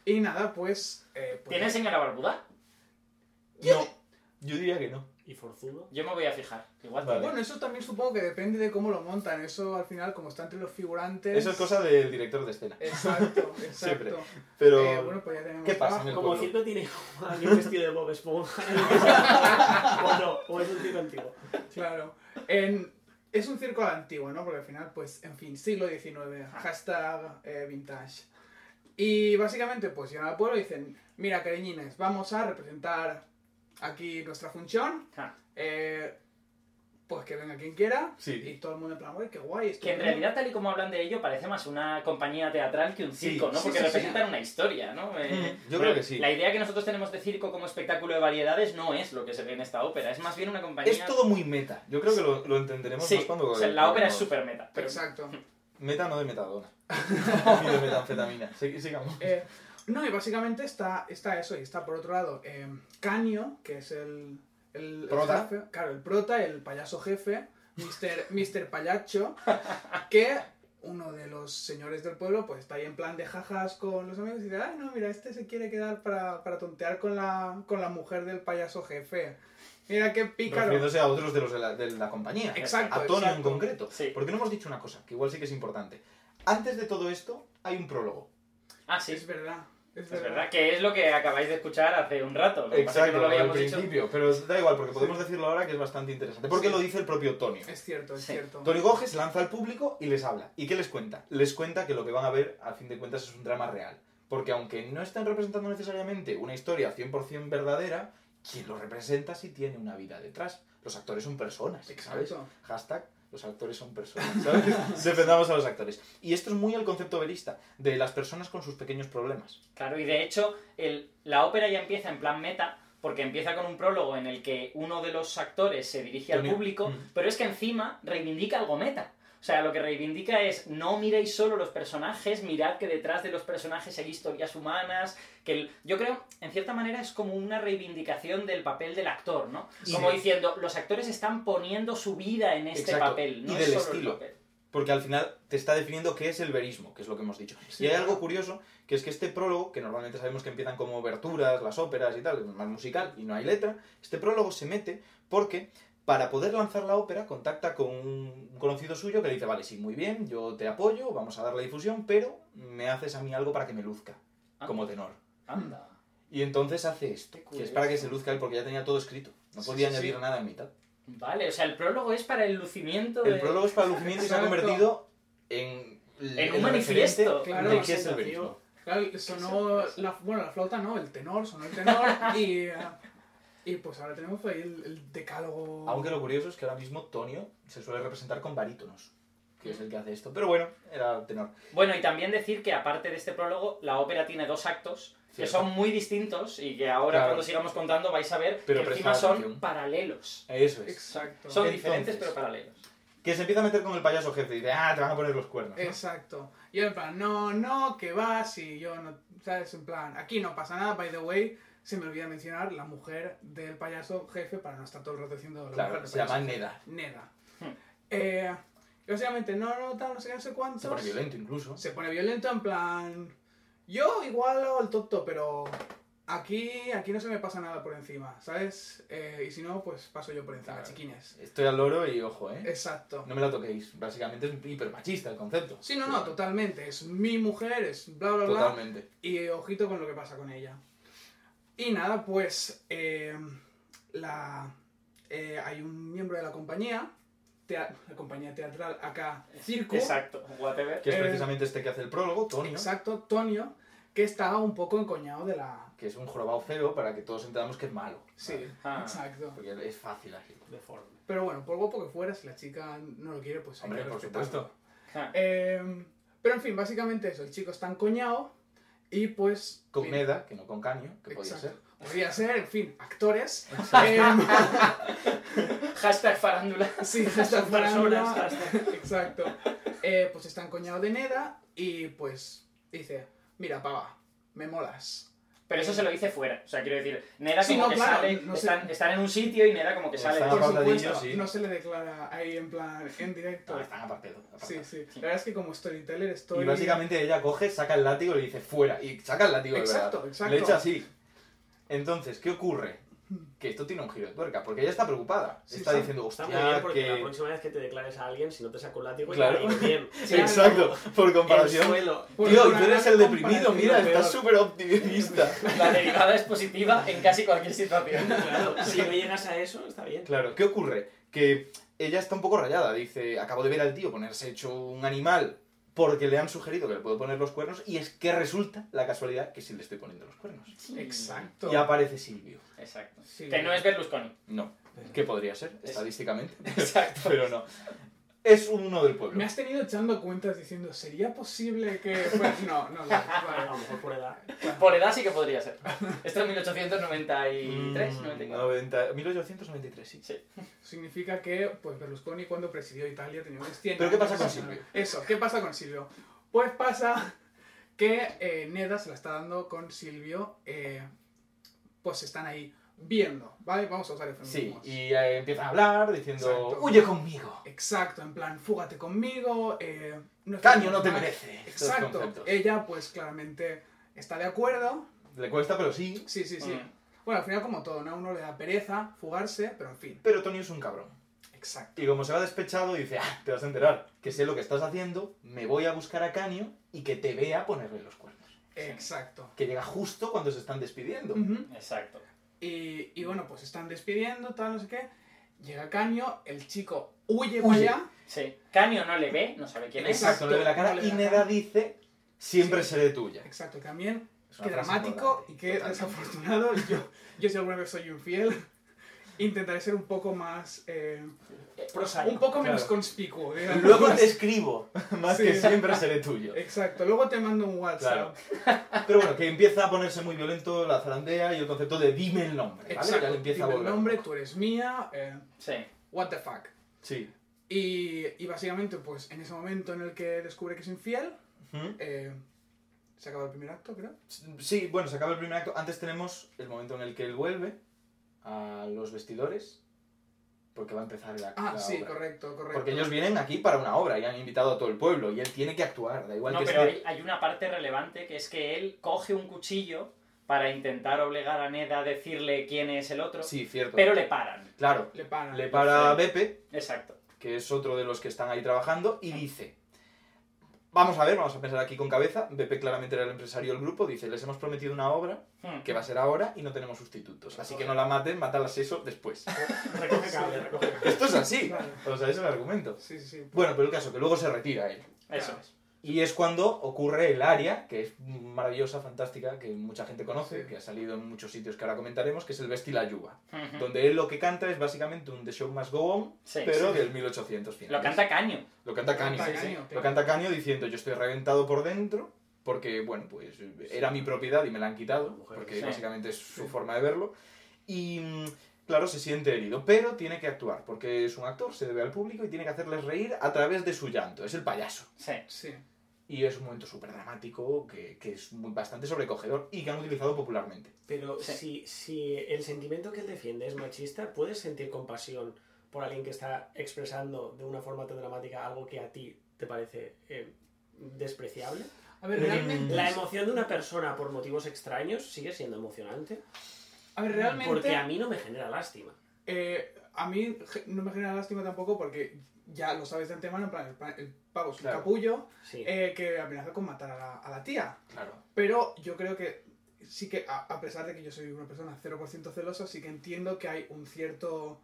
C: Y nada, pues. eh, pues-
B: ¿Tiene señora Barbuda?
A: No. Yo diría que no. Ah,
D: Y forzudo.
B: Yo me voy a fijar. Igual
A: Vale.
C: Bueno, eso también supongo que depende de cómo lo montan. Eso al final, como está entre los figurantes.
A: Eso es cosa del director de
B: Eh,
A: escena.
C: Exacto, exacto.
A: [laughs] Siempre.
C: Eh,
A: Pero.
C: bueno, pues ya tenemos
A: ¿Qué pasa en
C: trabajo.
A: el
D: Como
A: pueblo?
D: siempre tiene [laughs] como alguien vestido de Bob Esponja. [laughs] o no, o es un tío [laughs] antiguo.
C: Claro. En- Es un circo a la antigua, ¿no? Porque al final, pues, en fin, siglo XIX, hashtag eh, vintage. Y básicamente, pues, llegan al pueblo y dicen, mira, cariñines, vamos a representar aquí nuestra función.
B: Ah.
C: Eh, pues que venga quien quiera. Y
A: Sí.
C: todo el mundo en plan, "Oye, qué guay. esto
B: Que en
C: es
B: realidad, tal y como hablan de ello, parece más una compañía teatral que un
A: Sí,
B: circo, ¿no?
A: sí,
B: Porque
A: sí, sí.
B: representan una historia, ¿no? Eh,
A: Mm, yo
B: bueno,
A: creo que sí.
B: La idea que nosotros tenemos de circo como espectáculo de variedades no es lo que se ve en esta ópera, es más bien una compañía...
A: Es todo muy meta. Yo creo que lo, lo entenderemos
B: Sí,
A: más cuando.
B: o sea, la ópera es
A: cuando-
B: súper meta. Pero...
C: Exacto.
A: Meta no de
B: [laughs]
A: metadona. Ni de metanfetamina. Sí, sigamos.
C: Eh, no, y básicamente está, está eso, y está por otro lado eh, Canio, que es el, el, el
A: Prota.
C: jefe, claro, el prota, el payaso jefe, [laughs] Mr. Mr. Payacho, que uno de los señores del pueblo pues está ahí en plan de jajas con los amigos y dice, ay no, mira, este se quiere quedar para, para tontear con la, con la mujer del payaso jefe. Mira qué pícaro.
A: Refiriéndose a otros de los de la, de la compañía.
C: Exacto,
A: a Tony en
C: exacto.
A: concreto.
B: Sí.
A: Porque no hemos dicho una cosa, que igual sí que es importante. Antes de todo esto, hay un prólogo.
B: Ah, sí,
C: Es verdad. Es
B: es
C: verdad.
B: verdad, que es lo que acabáis de escuchar hace un rato. lo que pasa es que no lo
A: al
B: habíamos dicho.
A: principio. Pero da igual, porque podemos decirlo ahora que es bastante interesante. Porque
C: Sí.
A: lo dice el propio Tonio.
C: Es cierto, es
B: Sí.
C: cierto.
A: Tonio Goge se lanza al público y les habla. ¿Y qué les cuenta? Les cuenta que lo que van a ver, al fin de cuentas, es un drama real. Porque aunque no están representando necesariamente una historia 100% verdadera, quien lo representa sí tiene una vida detrás. Los actores son personas, ¿sabes?
C: Exacto.
A: Hashtag, los actores son personas, ¿sabes? [laughs] Defendamos a los actores. Y esto es muy el concepto verista, de las personas con sus pequeños problemas.
B: Claro, y de hecho, el- la ópera ya empieza en plan meta, porque empieza con un prólogo en el que uno de los actores se dirige al
A: Tony-
B: público,
A: Mm.
B: pero es que encima reivindica algo meta. O sea, lo que reivindica es no miréis solo los personajes, mirad que detrás de los personajes hay historias humanas, que el- yo creo, en cierta manera, es como una reivindicación del papel del actor, ¿no?
A: Sí.
B: Como diciendo, los actores están poniendo su vida en este
A: Exacto,
B: papel, no
A: y
B: es
A: del
B: solo el
A: estilo.
B: papel.
A: Porque al final te está definiendo qué es el verismo, que es lo que hemos dicho.
C: Sí.
A: Y hay algo curioso, que es que este prólogo, que normalmente sabemos que empiezan como oberturas, las óperas y tal, es más musical y no hay letra, este prólogo se mete porque para poder lanzar la ópera contacta con un conocido suyo que le dice, vale, sí, muy bien, yo te apoyo, vamos a darle difusión, pero me haces a mí algo para que me luzca,
B: Ah.
A: como tenor.
B: Anda.
A: Y entonces hace esto,
B: Qué
A: que es para que
B: curioso.
A: se luzca él, porque ya tenía todo escrito. No
C: Sí,
A: podía
C: sí, sí.
A: añadir nada en mitad.
B: Vale, o sea, el prólogo es para el lucimiento de...
A: El prólogo es para el lucimiento y se ha
C: Exacto.
A: convertido en...
B: En un
A: el
B: manifiesto,
A: referente
C: claro,
A: de qué es el
D: presentativo.
A: verismo.
C: Claro, sonó la, bueno, la flauta no, el tenor, sonó el tenor y, eh, y pues ahora tenemos ahí el, el decálogo.
A: Aunque lo curioso es que ahora mismo Tonio se suele representar con barítonos, que es el que hace esto. Pero bueno, era tenor.
B: Bueno, y también decir que aparte de este prólogo, la ópera tiene dos actos que
A: Cierto.
B: son muy distintos y que ahora
A: Claro.
B: cuando sigamos contando vais a ver
A: Pero
B: que encima
A: prestad
B: son
A: atención.
B: paralelos.
A: Eso es.
C: Exacto.
B: Son
A: Entonces-
B: diferentes pero paralelos. [laughs]
A: Que se empieza a meter con el payaso jefe y dice, ah, te van a poner los cuernos. ¿no?
C: Exacto. Y en plan, no, no, que vas y yo no, sabes, en plan, aquí no pasa nada, by the way, se me olvida mencionar la mujer del payaso jefe para no estar todo el rato haciendo la mujer
A: Claro,
C: del
A: se llama
C: payaso
A: Neda.
C: jefe. Neda. Eh, y básicamente, no, no, tal, no sé qué, no sé cuántos.
A: Se pone violento incluso.
C: se pone violento en plan yo igual hago el tonto pero aquí aquí no se me pasa nada por encima sabes Eh, y si no pues paso yo por encima
A: Claro.
C: chiquines
A: Estoy al loro y ojo, ¿eh?
C: exacto
A: No me la toquéis. Básicamente es hipermachista el concepto.
C: sí no no totalmente es mi mujer es bla bla bla
A: Totalmente.
C: y eh, ojito con lo que pasa con ella. Y nada, pues eh, la, eh, hay un miembro de la compañía, tea- la compañía teatral acá, Circo,
B: Exacto, whatever.
A: Que es
C: Eh,
A: precisamente este que hace el prólogo, Tonio.
C: exacto, Tonio, que está un poco encoñado de la...
A: Que es un jorobado feo para que todos entendamos que es malo.
C: Sí,
B: Ah.
C: exacto.
A: Porque es fácil así.
D: Deforme.
C: Pero bueno, por guapo que fuera, si la chica no lo quiere, pues hay
A: Hombre,
C: que
A: por
C: respetarlo.
A: supuesto.
B: Ah.
C: Eh, pero en fin, básicamente eso, el chico está encoñado y pues...
A: Con Neda, que no con Caño, que podía
C: Exacto.
A: ser.
C: Podría ser, en fin, actores.
B: Hashtag farándula.
C: Eh, [laughs] sí, esta
D: Son personas,
C: farándula-
D: hasta-
C: Exacto. Eh, pues está encoñado de Neda y pues dice, mira, pava, me molas.
B: Pero eso se lo dice fuera. O sea, quiero decir, Neda
C: Sí,
B: como
C: no,
B: que
C: claro,
B: sale,
C: no sé.
B: están, están en un sitio y Neda como que sale.
A: Están
C: Por
A: apartadillos,
C: supuesto,
A: Ah, sí.
C: no se le declara ahí en plan, en directo.
A: Ah, están apartado, apartado.
C: Sí, sí. La verdad es que como storyteller estoy...
A: Y básicamente ella coge, saca el látigo y le dice fuera. Y saca el látigo, de
C: Exacto,
A: verdad.
C: exacto.
A: Le
C: Hmm.
A: echa así. Entonces, ¿qué ocurre? Que esto tiene un giro de tuerca, porque ella está preocupada.
C: Sí,
A: está
C: sí.
A: diciendo,
D: Está muy bien
A: hostia,
D: porque la
A: que.
D: próxima vez que te declares a alguien, si no te saco un látigo,
A: Claro.
D: y bien. [laughs]
A: Exacto, por
D: El
A: comparación.
C: [laughs]
D: suelo.
C: Por
A: Tío, y
C: una
A: tú eres el
C: gran
A: deprimido,
C: comparación,
A: mira,
C: lo
A: estás
C: peor.
A: súper optimista.
B: [laughs] La derivada es positiva en casi cualquier
A: [laughs]
B: situación.
D: Claro, si no llegas a eso, está bien.
A: Claro, ¿qué ocurre? Que ella está un poco rayada, dice, acabo de ver al tío ponerse hecho un animal porque le han sugerido que le puedo poner los cuernos y es que resulta la casualidad que sí le estoy poniendo los cuernos.
C: Exacto.
A: Y aparece Silvio.
B: Exacto.
C: Sí.
B: Que no es Berlusconi. [laughs]
A: No, que podría ser, [laughs] estadísticamente,
B: Exacto.
A: pero no. Es uno del
C: Me
A: pueblo.
C: has tenido echando cuentas diciendo, ¿sería
B: [laughs]
C: posible que...? Pues no, no, no.
D: A
C: vale.
D: lo mejor por edad.
B: Por edad sí que podría ser. Esto es 1893,
A: Mm,
B: 94.
A: 90 1893, sí.
C: Significa que pues Berlusconi cuando presidió Italia tenía unos 100
A: ¿Pero qué
C: años.
A: pasa con Silvio?
C: Eso, ¿qué pasa con Silvio? Pues pasa que eh, Neda se la está dando con Silvio, eh, pues están ahí viendo, ¿vale? Vamos a usar
A: Sí,
C: eufemismos.
A: y eh, empiezan a hablar diciendo,
C: Exacto.
A: huye conmigo,
C: Exacto, en plan, fúgate conmigo, eh, no
A: caño no te
C: más".
A: merece. Estos
C: Exacto,
A: conceptos.
C: ella pues claramente está de acuerdo,
A: Le cuesta, pero sí.
C: sí, sí, sí.
B: Mm.
C: Bueno, al final como todo, ¿no? A uno le da pereza fugarse, pero en fin,
A: Pero Tony es un cabrón.
C: exacto.
A: Y como se va despechado, dice, ah, te vas a enterar, que sé lo que estás haciendo, me voy a buscar a Canio y que te vea ponerle los cuernos.
C: Exacto.
A: Que llega justo cuando se están despidiendo.
C: Ujú.
B: Exacto.
C: Y, y bueno, pues están despidiendo, tal, no sé qué. Llega Caño, el chico huye, para
A: Huye.
C: allá.
B: Sí. Caño no le ve, no sabe quién es.
A: Exacto,
C: Exacto,
A: le ve la cara
C: no le ve
A: y
C: la
A: Neda
C: cara.
A: dice, siempre
C: Sí.
A: seré tuya.
C: Exacto, también.
A: Es una
C: Qué
A: frase
C: dramático
A: importante,
C: y qué
A: totalmente.
C: desafortunado. [laughs] Yo, yo si alguna vez soy infiel, intentaré ser un poco más... eh,
D: Prosaico.
C: un poco menos
A: claro.
C: conspicuo.
A: [laughs]
C: digamos.
A: Luego te
C: [laughs]
A: escribo, más
C: Sí.
A: que siempre seré tuyo.
C: Exacto, luego te mando un WhatsApp.
A: Pero bueno, que empieza a ponerse muy violento la zarandea y el concepto de dime el nombre, ¿vale?
C: Exacto,
A: Ya le empieza a
C: dime el
A: volver.
C: nombre, tú eres mía, eh,
B: Sí.
C: what the fuck.
A: Sí.
C: Y, y básicamente, pues en ese momento en el que descubre que es infiel,
A: ¿Mm?
C: eh, se acaba el primer acto, creo.
A: Sí, bueno, se acaba el primer acto. Antes tenemos el momento en el que él vuelve a los vestidores, porque va a empezar la,
C: Ah,
A: la
C: sí,
A: obra.
C: correcto, correcto.
A: Porque ellos vienen aquí para una obra y han invitado a todo el pueblo y él tiene que actuar, da igual
B: No,
A: que este.
B: pero
A: esté.
B: hay, hay una parte relevante que es que él coge un cuchillo para intentar obligar a Neda a decirle quién es el otro,
A: Sí, cierto.
B: pero le paran.
A: Claro,
C: Le paran.
A: le para a Bepe,
B: Exacto.
A: que es otro de los que están ahí trabajando, y dice: Vamos a ver, vamos a pensar aquí con cabeza. Bepe claramente era el empresario del grupo, dice: Les hemos prometido una obra
B: Hmm.
A: que va a ser ahora y no tenemos sustitutos. Así que no la maten, mátalas eso
C: [laughs]
A: después.
D: Recoge cable, recoge cable.
A: Esto es así.
C: Claro.
A: O sea, es el argumento.
C: Sí, sí, sí.
A: Bueno, pero el caso, que luego se retira él.
B: Eso es.
A: Y es cuando ocurre el área, que es maravillosa, fantástica, que mucha gente conoce,
C: Sí.
A: que ha salido en muchos sitios que ahora comentaremos, que es el Vesti la Yuba.
B: Ujú.
A: Donde él lo que canta es básicamente un The Show Must Go On,
B: Mm. Hmm. Sí,
A: pero
B: sí.
A: del 1800 finales.
B: Lo canta Caño.
A: Lo canta
C: Lo
A: Caño.
C: canta
A: sí, sí.
C: Caño,
A: Lo
C: claro.
A: canta Caño diciendo, yo estoy reventado por dentro, porque, bueno, pues era mi propiedad y me la han quitado,
D: Mujer,
A: porque
B: sí.
A: básicamente es su
C: Sí.
A: forma de verlo. Y, mm, claro, se siente herido, pero tiene que actuar, porque es un actor, se debe al público y tiene que hacerles reír a través de su llanto. Es el payaso.
B: Sí.
C: Sí.
A: Y es un momento súper dramático que, que es muy- bastante sobrecogedor y que han utilizado popularmente.
D: Pero
B: Sí.
D: si, si el sentimiento que él defiende es machista, ¿puedes sentir compasión por alguien que está expresando de una forma tan dramática algo que a ti te parece eh, despreciable?
C: A ver,
A: Mm,
C: realmente.
D: La emoción de una persona por motivos extraños sigue siendo emocionante
C: A ver, realmente.
D: porque a mí no me genera lástima.
C: eh, a mí ge- no me genera lástima tampoco porque ya lo sabes de antemano, en plan, el, pa- el pavo es un
A: Claro.
C: capullo
D: Sí.
C: eh, que amenaza con matar a la, a la tía.
A: Claro.
C: Pero yo creo que sí que, a, a pesar de que yo soy una persona 0% celosa, sí que entiendo que hay un cierto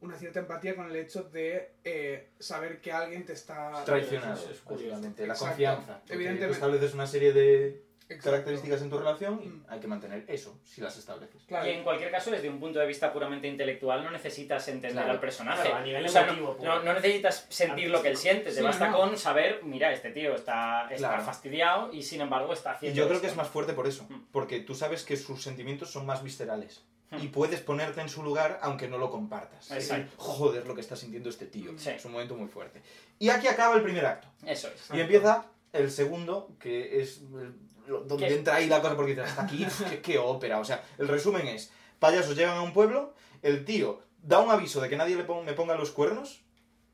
C: una cierta empatía con el hecho de eh, saber que alguien te está...
A: Traicionado,
D: eso es curioso.
A: básicamente. La
C: Exacto.
A: confianza. Porque
C: Evidentemente.
A: Tú estableces una serie de
C: Exacto.
A: características en tu relación y
C: Mm.
A: hay que mantener eso, si las estableces.
C: Claro.
B: Y en cualquier caso, desde un punto de vista puramente intelectual, no necesitas entender
A: Claro.
B: al personaje.
D: Claro, a nivel
B: O sea, no-
D: emotivo,
B: no,
D: puro.
B: no necesitas sentir lo que él siente, te
C: Sí,
B: basta
C: no.
B: con saber, mira, este tío está, está
A: Claro.
B: fastidiado y sin embargo está
A: Y
B: haciendo.
A: yo creo
B: esto.
A: que es más fuerte por eso,
B: Mm.
A: porque tú sabes que sus sentimientos son más viscerales.
B: Mm.
A: Y puedes ponerte en su lugar aunque no lo compartas.
B: Exacto.
A: Joder, lo que está sintiendo este tío.
B: Sí.
A: Es un momento muy fuerte. Y aquí acaba el primer acto.
B: Eso es.
A: Y empieza el segundo, que es el- lo- donde
B: ¿Qué?
A: entra ahí la cosa porque dices, hasta aquí, pf, qué, qué ópera. O sea, el resumen es, payasos llegan a un pueblo, el tío da un aviso de que nadie le pon- me ponga los cuernos,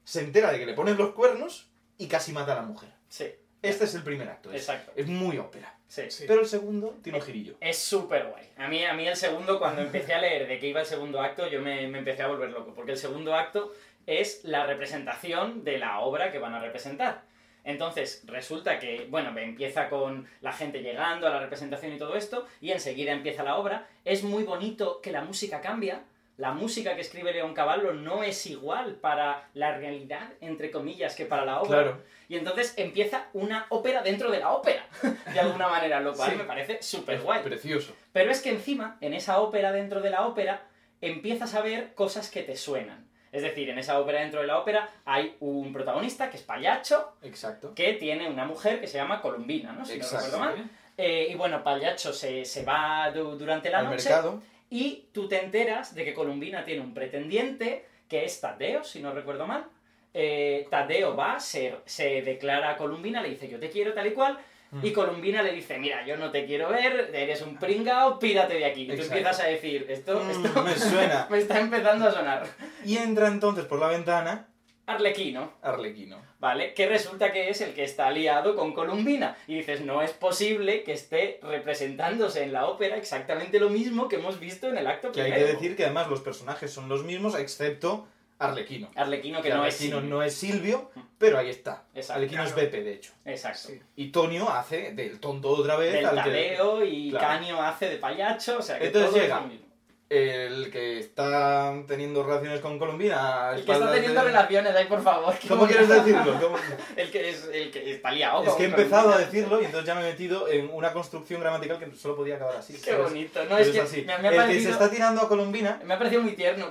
A: se entera de que le ponen los cuernos y casi mata a la mujer.
B: Sí,
A: Este es el primer acto. es-
B: exacto.
A: Es muy ópera.
B: Sí.
C: Sí.
A: Pero el segundo tiene un girillo.
B: Es súper guay. A mí, a mí el segundo, cuando empecé a leer de qué iba el segundo acto, yo me, me empecé a volver loco, porque el segundo acto es la representación de la obra que van a representar. Entonces, resulta que, bueno, empieza con la gente llegando a la representación y todo esto, y enseguida empieza la obra. Es muy bonito que la música cambia. La música que escribe León Caballo no es igual para la realidad, entre comillas, que para la obra. Y entonces empieza una ópera dentro de la ópera, [laughs] de alguna manera, lo cual
A: Sí.
B: me parece súper guay.
A: Precioso.
B: Pero es que encima, en esa ópera dentro de la ópera, empiezas a ver cosas que te suenan. Es decir, en esa ópera dentro de la ópera hay un protagonista que es Payacho,
A: Exacto.
B: que tiene una mujer que se llama Columbina, ¿no? Si no
A: Exacto.
B: recuerdo mal. Eh, y bueno, Payacho se, se va du- durante la
A: Al
B: noche
A: mercado.
B: y tú te enteras de que Columbina tiene un pretendiente que es Tadeo, si no recuerdo mal. Eh, Tadeo va, se, se declara a Columbina, le dice yo te quiero tal y cual,
A: Mm.
B: y Columbina le dice mira, yo no te quiero ver, eres un pringao, pírate de aquí. Y tú
A: Exacto.
B: empiezas a decir, esto, esto
A: Mm, me suena.
B: [laughs] me está empezando a sonar.
A: Y entra entonces por la ventana
B: Arlequino,
A: Arlequino.
B: ¿vale? Que resulta que es el que está aliado con Columbina. Y dices, no es posible que esté representándose en la ópera exactamente lo mismo que hemos visto en el acto
A: Que hay que
B: primero.
A: decir que además los personajes son los mismos, excepto Arlequino.
B: Arlequino que
A: Que
B: no es...
A: Arlequino
B: Sim.
A: no es Silvio, pero ahí está.
B: Exacto.
A: Arlequino es Pepe, de hecho.
B: Exacto.
C: Sí.
A: Y Tonio hace del tonto otra vez
B: Del
A: al que,
B: Tadeo y
A: Claro.
B: Caño hace de payacho, o sea que
A: Entonces
B: todo
A: llega.
B: es lo mismo.
A: el que está teniendo relaciones con Colombina. a
B: El que está
A: espaldas
B: teniendo
A: de-
B: relaciones ahí, por favor. que
A: ¿Cómo
B: me-
A: quieres decirlo? ¿Cómo-
B: El que, es, el que está liado.
A: Es que he
B: con-
A: empezado a decirlo y entonces ya me he metido en una construcción gramatical que solo podía acabar así.
B: Qué
A: ¿sabes?
B: bonito. No,
A: Pero
B: es,
A: es
B: que
A: así.
B: me, me ha
A: el que se
B: parecido,
A: está tirando a Colombina
B: me ha parecido muy tierno.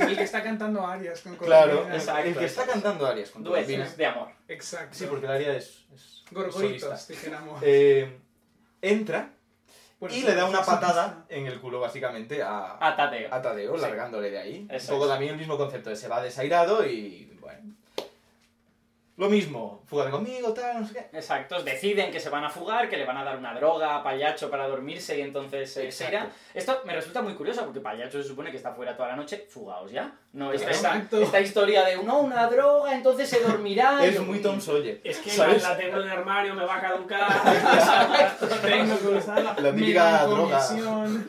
C: El que está cantando arias con
A: Claro,
C: Colombina.
B: exacto.
A: el que está cantando Arias con Colombina.
B: Dueces de amor.
C: Exacto.
A: Sí, porque el Aria es. es
C: Gorgoritos,
A: solista. [laughs]
C: dijéramos.
A: Eh, entra
C: Bueno,
A: y le da una
C: solista.
A: patada en el culo, básicamente, a,
B: A Tadeo.
A: a Tadeo,
B: Sí.
A: largándole de ahí.
B: Eso
A: un poco
B: es.
A: también el mismo concepto, de se va desairado y. Bueno. Lo mismo, fúgate conmigo, tal, no sé qué.
B: Exactos, deciden que se van a fugar, que le van a dar una droga a Payacho para dormirse y entonces eh, se
A: Exacto.
B: irá. Esto me resulta muy curioso porque Payacho se supone que está fuera toda la noche, fugaos ya. No, esta, esta,
C: Exacto.
B: esta historia de no, una droga, entonces se dormirá.
A: [laughs]
B: y
A: es
B: yo,
A: muy Tom Sawyer.
D: Es que la,
A: ¿Sabes?
D: la tengo en el armario, me va a caducar.
C: Tengo que usar la,
A: La típica
C: mega
A: droga.
C: comisión.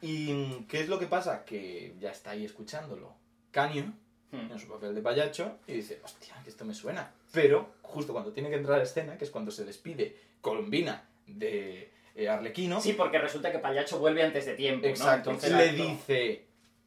A: ¿Y mm, qué es lo que pasa? Que ya está ahí escuchándolo. Canyon,
B: Hmm.
A: en su papel de payacho, y dice, hostia, que esto me suena. Pero justo cuando tiene que entrar a escena, que es cuando se despide Colombina de eh, Arlequino,
B: [laughs] Sí, porque resulta que Payacho vuelve antes de tiempo, ¿no?
A: exacto,
B: Entonces,
A: le
B: exacto.
A: dice,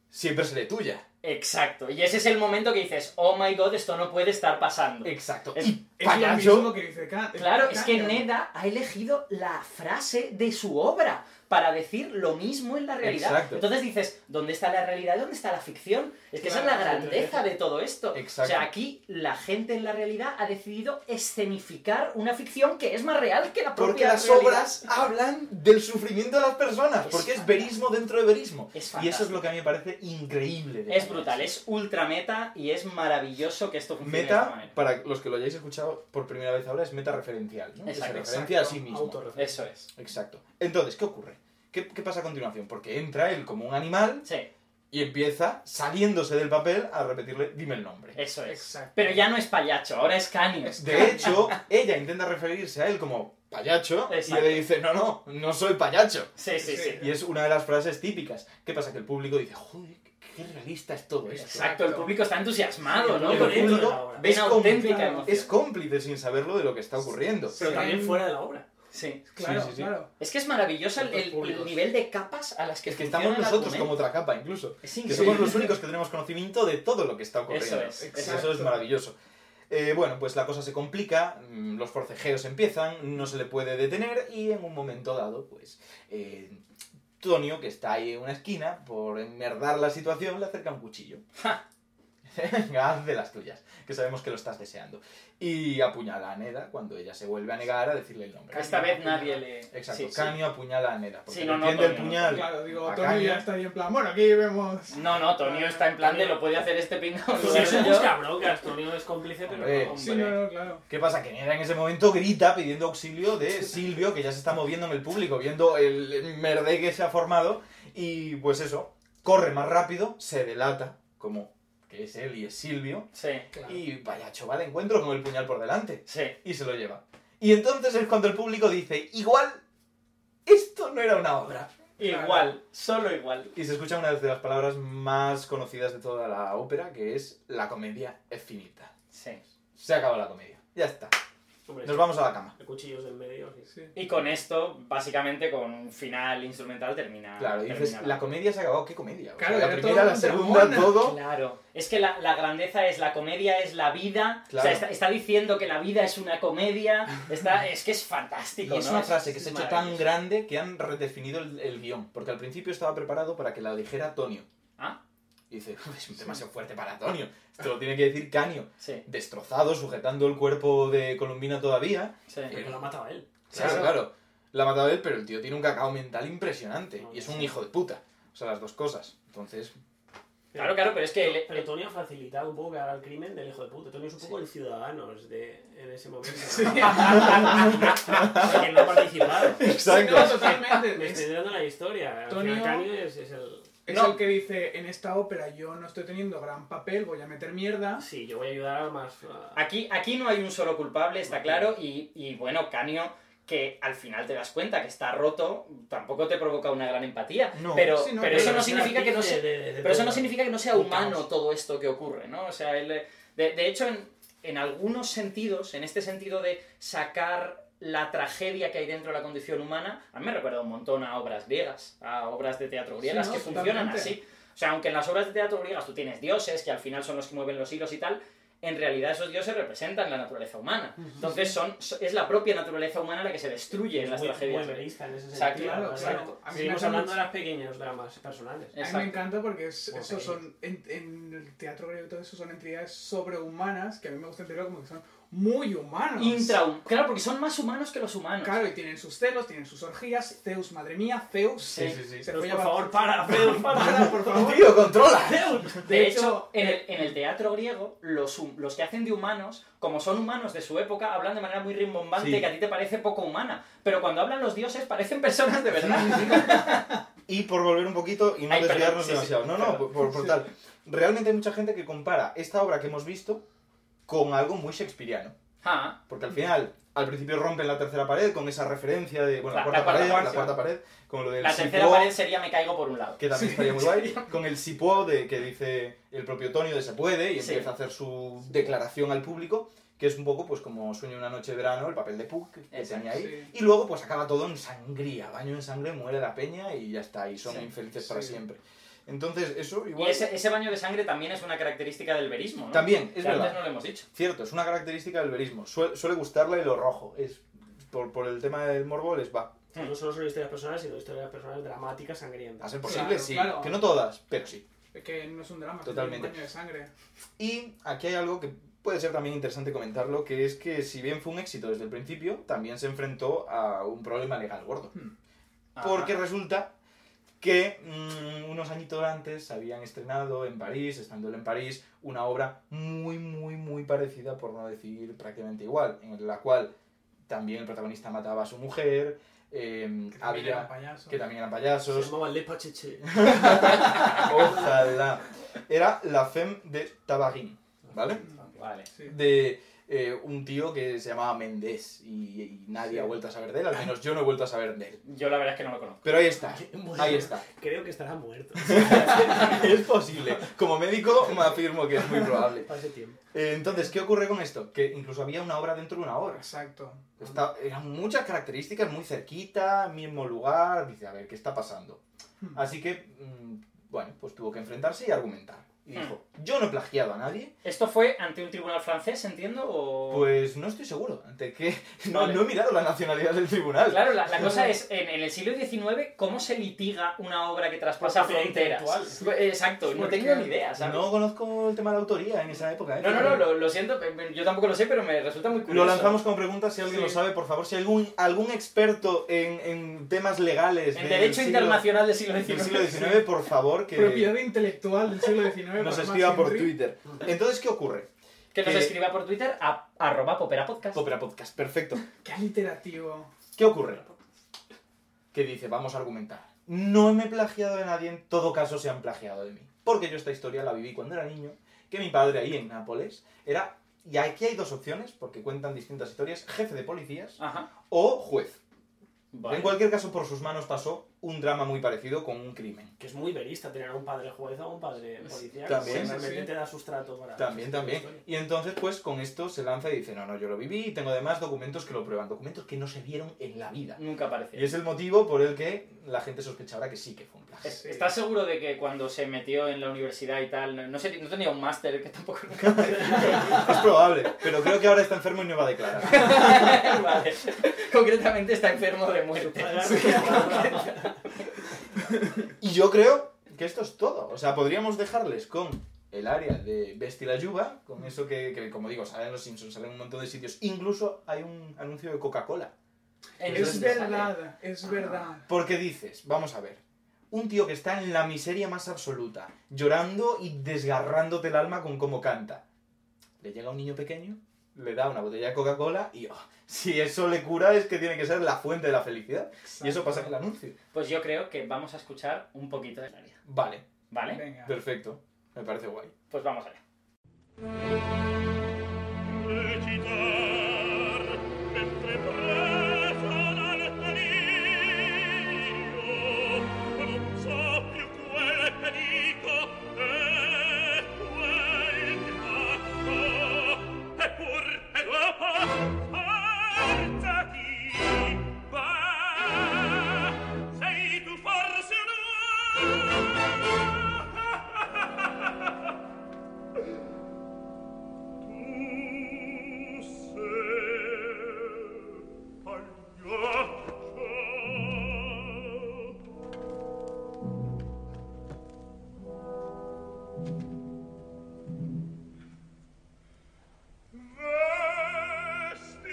A: siempre seré tuya.
B: Exacto. Y ese es el momento que dices, oh my god, esto no puede estar pasando.
A: Exacto.
B: Es-
A: y [laughs]
C: Es lo
A: payacho,
C: mismo que dice Kat.
B: Claro, es que
C: Kat.
B: Neda ha elegido la frase de su obra para decir lo mismo en la realidad.
A: Exacto.
B: Entonces dices, ¿dónde está la realidad? ¿Dónde está la ficción? Es que esa es la
D: Claro,
B: grandeza de todo esto.
A: Exacto.
B: O sea, aquí la gente en la realidad ha decidido escenificar una ficción que es más real que la
A: porque
B: propia
A: las
B: realidad.
A: obras hablan del sufrimiento de las personas,
B: Es
A: porque es
B: fantástico.
A: verismo dentro de verismo.
B: Es
A: y eso es
B: fantástico.
A: lo que a mí me parece increíble. de
B: Es
A: Payacho.
B: brutal, es ultra meta y es maravilloso que esto funcione de esta
A: Meta,
B: manera.
A: para los que lo hayáis escuchado por primera vez ahora, es meta referencial, ¿no? Que
B: Exacto.
A: se referencia a sí mismo.
D: Autorreferencia.
B: Eso es.
A: Exacto. Entonces, ¿qué ocurre? ¿Qué, qué pasa a continuación? Porque entra él como un animal
B: Sí,
A: y empieza, saliéndose del papel, a repetirle, dime el nombre.
B: eso es.
C: Exacto.
B: Pero ya no es payacho, ahora es Canio.
A: De hecho, ella intenta referirse a él como payacho
B: Exacto.
A: y le dice, no, no, no soy payacho.
B: Sí, sí, sí.
A: Y es una de las frases típicas. ¿Qué pasa? Que el público dice, joder, qué realista es todo esto.
B: Exacto, el público está entusiasmado,
D: Sí,
B: ¿no?
D: el
B: Con
D: público
B: esto.
D: de la obra.
B: Ve
A: Es
B: una
A: como-
B: auténtica
C: claro,
B: emoción.
A: Es cómplice sin saberlo de lo que está ocurriendo.
D: Pero
C: Sí.
D: también fuera de la obra.
B: Sí.
C: Claro,
A: Sí, sí, sí.
C: claro.
B: Es que es maravilloso el,
D: Otros
B: el- el
D: públicos.
B: nivel de capas a las que,
A: Es que estamos
B: funciona el
A: nosotros como
B: argumento.
A: otra capa, incluso.
B: Es
A: Que
B: increíble.
A: somos los únicos que tenemos conocimiento de todo lo que está ocurriendo.
B: Eso es.
A: Eso
B: Exacto.
A: es maravilloso. Eh, bueno, pues la cosa se complica, mm, los forcejeos empiezan, no se le puede detener y en un momento dado, pues, eh, Tonio, que está ahí en una esquina, por enmerdar la situación, le acerca un cuchillo. [laughs] Venga, haz de las tuyas, que sabemos que lo estás deseando. Y apuñala a Neda cuando ella se vuelve a negar a decirle el nombre.
B: [laughs] Esta vez nadie le.
A: Exacto,
B: Sí, sí.
A: Canio apuñala a Neda. Porque
B: Sí, no,
A: le
B: no,
A: tiende el
B: Tonio, no,
A: puñal.
C: Claro, digo,
A: a
C: Tony
A: Kanye.
C: ya está ahí en plan, bueno, aquí vemos...
B: No, no, Tonio está en plan de lo puede hacer este pingón.
D: Tonio es un buscabrocas, Tonio es cómplice, pero
A: Hombre.
D: no,
C: Sí, no, no, claro.
A: ¿Qué pasa? Que Neda en ese momento grita pidiendo auxilio de Silvio, que ya se está moviendo en el público, viendo el merde que se ha formado. Y pues eso, corre más rápido, se delata, como que es él y es Silvio.
B: Sí,
D: Claro.
A: Y vaya chaval de encuentro con el puñal por delante.
B: sí.
A: Y se lo lleva. Y entonces es cuando el público dice, igual, esto no era una obra.
B: Igual, solo igual.
A: Y se escucha una de las palabras más conocidas de toda la ópera, que es la comedia es finita.
B: Sí.
A: Se acaba la comedia. Ya está.
D: hombre,
A: Nos vamos a la cama.
D: Cuchillos del medio. sí.
C: Sí.
B: Y con esto, básicamente, con un final instrumental termina.
A: Claro, y
B: termina
A: dices,
B: la-
A: la comedia se ha acabado, ¿qué comedia? O sea,
C: Claro,
A: la
C: era
A: primera,
C: todo
A: la
C: un
A: segunda,
C: dramón.
A: todo.
B: Claro, es que la, la grandeza es la comedia, es la vida. O
A: Claro.
B: sea, está, está diciendo que la vida es una comedia. Está, es que es
A: Y
B: fantástico.
A: es
B: ¿no?
A: una frase que se ha hecho tan
B: maravilloso.
A: grande que han redefinido el, el guión, porque al principio estaba preparado para que la dijera Tonio.
B: Ah,
A: Y dice, es un demasiado fuerte para Tonio. Esto lo tiene que decir Canio.
B: sí,
A: Destrozado, sujetando el cuerpo de Columbina todavía.
B: sí.
D: Porque lo ha matado él.
A: Claro,
B: Claro.
A: claro. La ha matado él, pero el tío tiene un cacao mental impresionante. Y es un
D: Sí.
A: hijo de puta. O sea, las dos cosas. Entonces,
B: Claro, claro, pero es que. el-
D: Pero Tonio ha facilitado un poco que haga el crimen del hijo de puta. Tonio es un poco el Ciudadanos [laughs] de, en ese momento. Porque no ha participado.
A: Exacto.
C: No, totalmente.
D: [laughs] Me
C: Es-
D: estoy dando la historia.
C: Tonio-
D: Tonio Canio es, es el...
C: Es
B: No.
C: el que dice, en esta ópera yo no estoy teniendo gran papel, voy a meter mierda.
D: Sí, yo voy a ayudar al más... a-
B: Aquí, aquí no hay un solo culpable, está claro, y, y bueno, Canio, que al final te das cuenta que está roto, tampoco te provoca una gran empatía.
A: No,
B: pero
C: sí, no,
B: pero eso
D: Pero
B: no
D: es una
B: significa que no
D: pizca
B: se,
D: de- de- de
B: pero eso
D: todo.
B: no significa que no sea
D: Un
B: humano
D: caos.
B: todo esto que ocurre, ¿no? O sea, él, eh, de, de hecho, en, en algunos sentidos, en este sentido de sacar la tragedia que hay dentro de la condición humana, a mí me recuerda un montón a obras griegas, a obras de teatro griegas
C: ¿no?
B: que funcionan
C: Totalmente.
B: así. O sea, aunque en las obras de teatro griegas tú tienes dioses que al final son los que mueven los hilos y tal, en realidad esos dioses representan la naturaleza humana. Entonces son, so- es la propia naturaleza humana la que se destruye en las
D: muy-
B: tragedias.
D: muy verista en ese
B: Exacto,
D: sentido.
C: claro,
D: ¿no?
C: claro. A mí me
D: Seguimos
C: hace
D: hablando
C: mucho-
D: de los pequeños dramas personales.
B: Eh,
C: A mí
B: Exacto.
C: me encanta porque es,
D: Muy
C: eso
D: pequeño.
C: son, en, en el teatro griego y todo eso son entidades sobrehumanas que a mí me gusta entenderlo como que son muy humanos.
B: Intrahum- Claro, porque son más humanos que los humanos.
C: Claro, y tienen sus celos, tienen sus orgías. Zeus, madre mía, Zeus.
B: Sí, sí,
A: sí.
C: Se
D: Zeus,
C: fue
D: por
C: a-
D: favor, para, Zeus, para.
B: [laughs]
C: Para, por favor.
A: Tío, controla.
B: De,
C: De
B: hecho,
C: hecho,
B: en, el, en el teatro griego, los, hum- los que hacen de humanos, como son humanos de su época, hablan de manera muy rimbombante
A: Sí.
B: que a ti te parece poco humana. Pero cuando hablan los dioses, parecen personas de verdad.
A: Y por volver un poquito y no
B: Ay, perdón,
A: desviarnos
B: sí, sí,
A: demasiado. no, no,
B: perdón.
A: por, por tal. Realmente hay mucha gente que compara esta obra que hemos visto con algo muy shakespeariano.
B: [laughs] Ah,
A: Porque al final, al principio rompen la tercera pared con esa referencia de. Bueno, la,
B: La-
A: cuarta
B: la cuarta
A: pared,
B: pared,
A: la
B: sí.
A: cuarta pared, con lo del.
B: la tercera
A: sipó,
B: pared sería me caigo por un lado.
A: Que también estaría muy guay. Con el sipó de que dice el propio Tonio de se puede y
B: Sí.
A: empieza a hacer su declaración al público, que es un poco pues como sueño una noche de verano, el papel de Puck que
B: Exacto,
A: tenía ahí.
C: sí.
A: Y luego pues acaba todo en sangría, baño en sangre, muere la peña y ya está, y son
B: Sí,
A: infelices para
C: sí.
A: siempre. Entonces, eso
B: Y
A: igual...
B: ese, ese baño de sangre también es una característica del verismo, ¿no?
A: También, es
B: Que antes
A: verdad.
B: no lo hemos dicho.
A: Cierto, es una característica del verismo. Suel- suele gustarle lo rojo. Es, por, por el tema del morbo les va.
D: No solo son historias personales, sino historias personales dramáticas,
A: A
D: sangrientas.
A: ser posible,
C: Claro,
A: sí.
C: claro.
A: Que no todas, pero sí.
C: Que no es un drama, es un
A: Totalmente.
C: baño de sangre.
A: Y aquí hay algo que puede ser también interesante comentarlo, que es que si bien fue un éxito desde el principio, también se enfrentó a un problema legal gordo.
B: Ajá.
A: Porque resulta que mm, unos añitos antes habían estrenado en París, estando él en París, una obra muy, muy, muy parecida, por no decir prácticamente igual, en la cual también el protagonista mataba a su mujer, eh,
C: Que también era un
A: había...
C: payaso.
A: que también eran
D: Se [laughs]
A: payasos,
D: llamaba Le Pacheche.
A: ojalá. Era La Femme de Tabarín, ¿vale?
B: Ah, Vale.
C: Mm. Sí.
A: de eh, un tío que se llamaba Méndez y, y nadie
C: Sí.
A: ha vuelto a saber de él, al menos yo no he vuelto a saber de él.
B: Yo la verdad es que no lo conozco.
A: Pero ahí está,
D: Bueno,
A: ahí está. [laughs]
D: Creo que estará muerto.
A: es posible. Como médico me afirmo que es muy probable.
D: Para ese tiempo.
A: Eh, entonces, ¿qué ocurre con esto? Que incluso había una obra dentro de una obra.
C: Exacto.
A: Está- eran muchas características, muy cerquita, mismo lugar. Dice, a ver, Hmm. ¿qué está pasando? Así que, mm, bueno, pues tuvo que enfrentarse y argumentar. Y dijo, Yo no he plagiado a nadie.
B: ¿Esto fue ante un tribunal francés, entiendo? O...
A: Pues no estoy seguro. Ante que [laughs] no,
B: Vale.
A: no he mirado la nacionalidad del tribunal.
B: Claro, la, la cosa es, en, en el siglo XIX, ¿cómo se litiga una obra que traspasa
D: Propiedad
B: fronteras? Pues, Exacto, no
C: Porque
B: tengo ni idea, ¿sabes?
A: No conozco el tema de la autoría en esa época. ¿eh?
B: No, no, no, lo, lo siento, eh, yo tampoco lo sé, pero me resulta muy
A: Lo
B: curioso.
A: lanzamos como pregunta, si alguien
C: Sí.
A: lo sabe, por favor, si hay algún, algún experto en, en temas legales
B: En
A: del
B: derecho
A: siglo-
B: internacional del siglo
A: del
B: XIX.
A: siglo XIX, por favor, que
C: Propiedad intelectual del siglo
A: [laughs]
C: XIX.
A: nos
C: por
A: escriba
C: Max
A: por
C: Henry.
A: Twitter. Entonces, ¿qué ocurre?
B: Que nos
A: Que-
B: escriba por Twitter a arroba popera podcast.
A: Opera Podcast, perfecto.
C: Qué literativo.
A: ¿Qué ocurre? Que dice, vamos a argumentar. No me he plagiado de nadie, en todo caso se han plagiado de mí. Porque yo esta historia la viví cuando era niño, que mi padre ahí en Nápoles era... Y aquí hay dos opciones, porque cuentan distintas historias, jefe de policías
B: Ajá.
A: o juez.
B: Vale.
A: En cualquier caso, por sus manos pasó un drama muy parecido con un crimen.
D: Que es muy verista tener a un padre juez o a un padre policía.
A: También,
D: que
A: sí,
D: realmente
C: sí.
D: te da sustrato para.
A: También,
D: para
A: también.
D: historia.
A: Y entonces, pues, con esto se lanza y dice, no, no, yo lo viví y tengo además documentos que lo prueban, documentos que no se vieron en la vida.
B: Nunca apareció.
A: Y es el motivo por el que la gente sospechaba que sí que fue un plagio. [laughs]
B: Es- ¿Estás seguro de que cuando se metió en la universidad y tal, no, no sé, no tenía un máster, que tampoco
A: [laughs]
B: nunca...
A: Es probable, pero creo que ahora está enfermo y no va a declarar.
B: [laughs] vale. Concretamente está enfermo de muerte. [laughs]
A: Y yo creo que esto es todo. O sea, podríamos dejarles con el área de Vesti la Yuba, con eso que, que, como digo, salen los Simpsons, salen un montón de sitios. Incluso hay un anuncio de Coca-Cola.
B: Entonces,
C: Es verdad,
B: Ah,
C: es verdad.
A: Porque dices, vamos a ver, un tío que está en la miseria más absoluta, llorando y desgarrándote el alma con cómo canta. Le llega un niño pequeño, le da una botella de Coca-Cola y, oh, si eso le cura es que tiene que ser la fuente de la felicidad. Y eso pasa en el anuncio.
B: Pues yo creo que vamos a escuchar un poquito de Claridad.
A: Vale,
B: ¿Vale?
C: Venga.
A: perfecto. Me parece guay.
B: Pues vamos allá.
E: recitar mentre presa dal delirio non so più quel che dico e quel che faccio eppur e dopo forzati va sei tu forse no Tu sei pagliaccio Vesti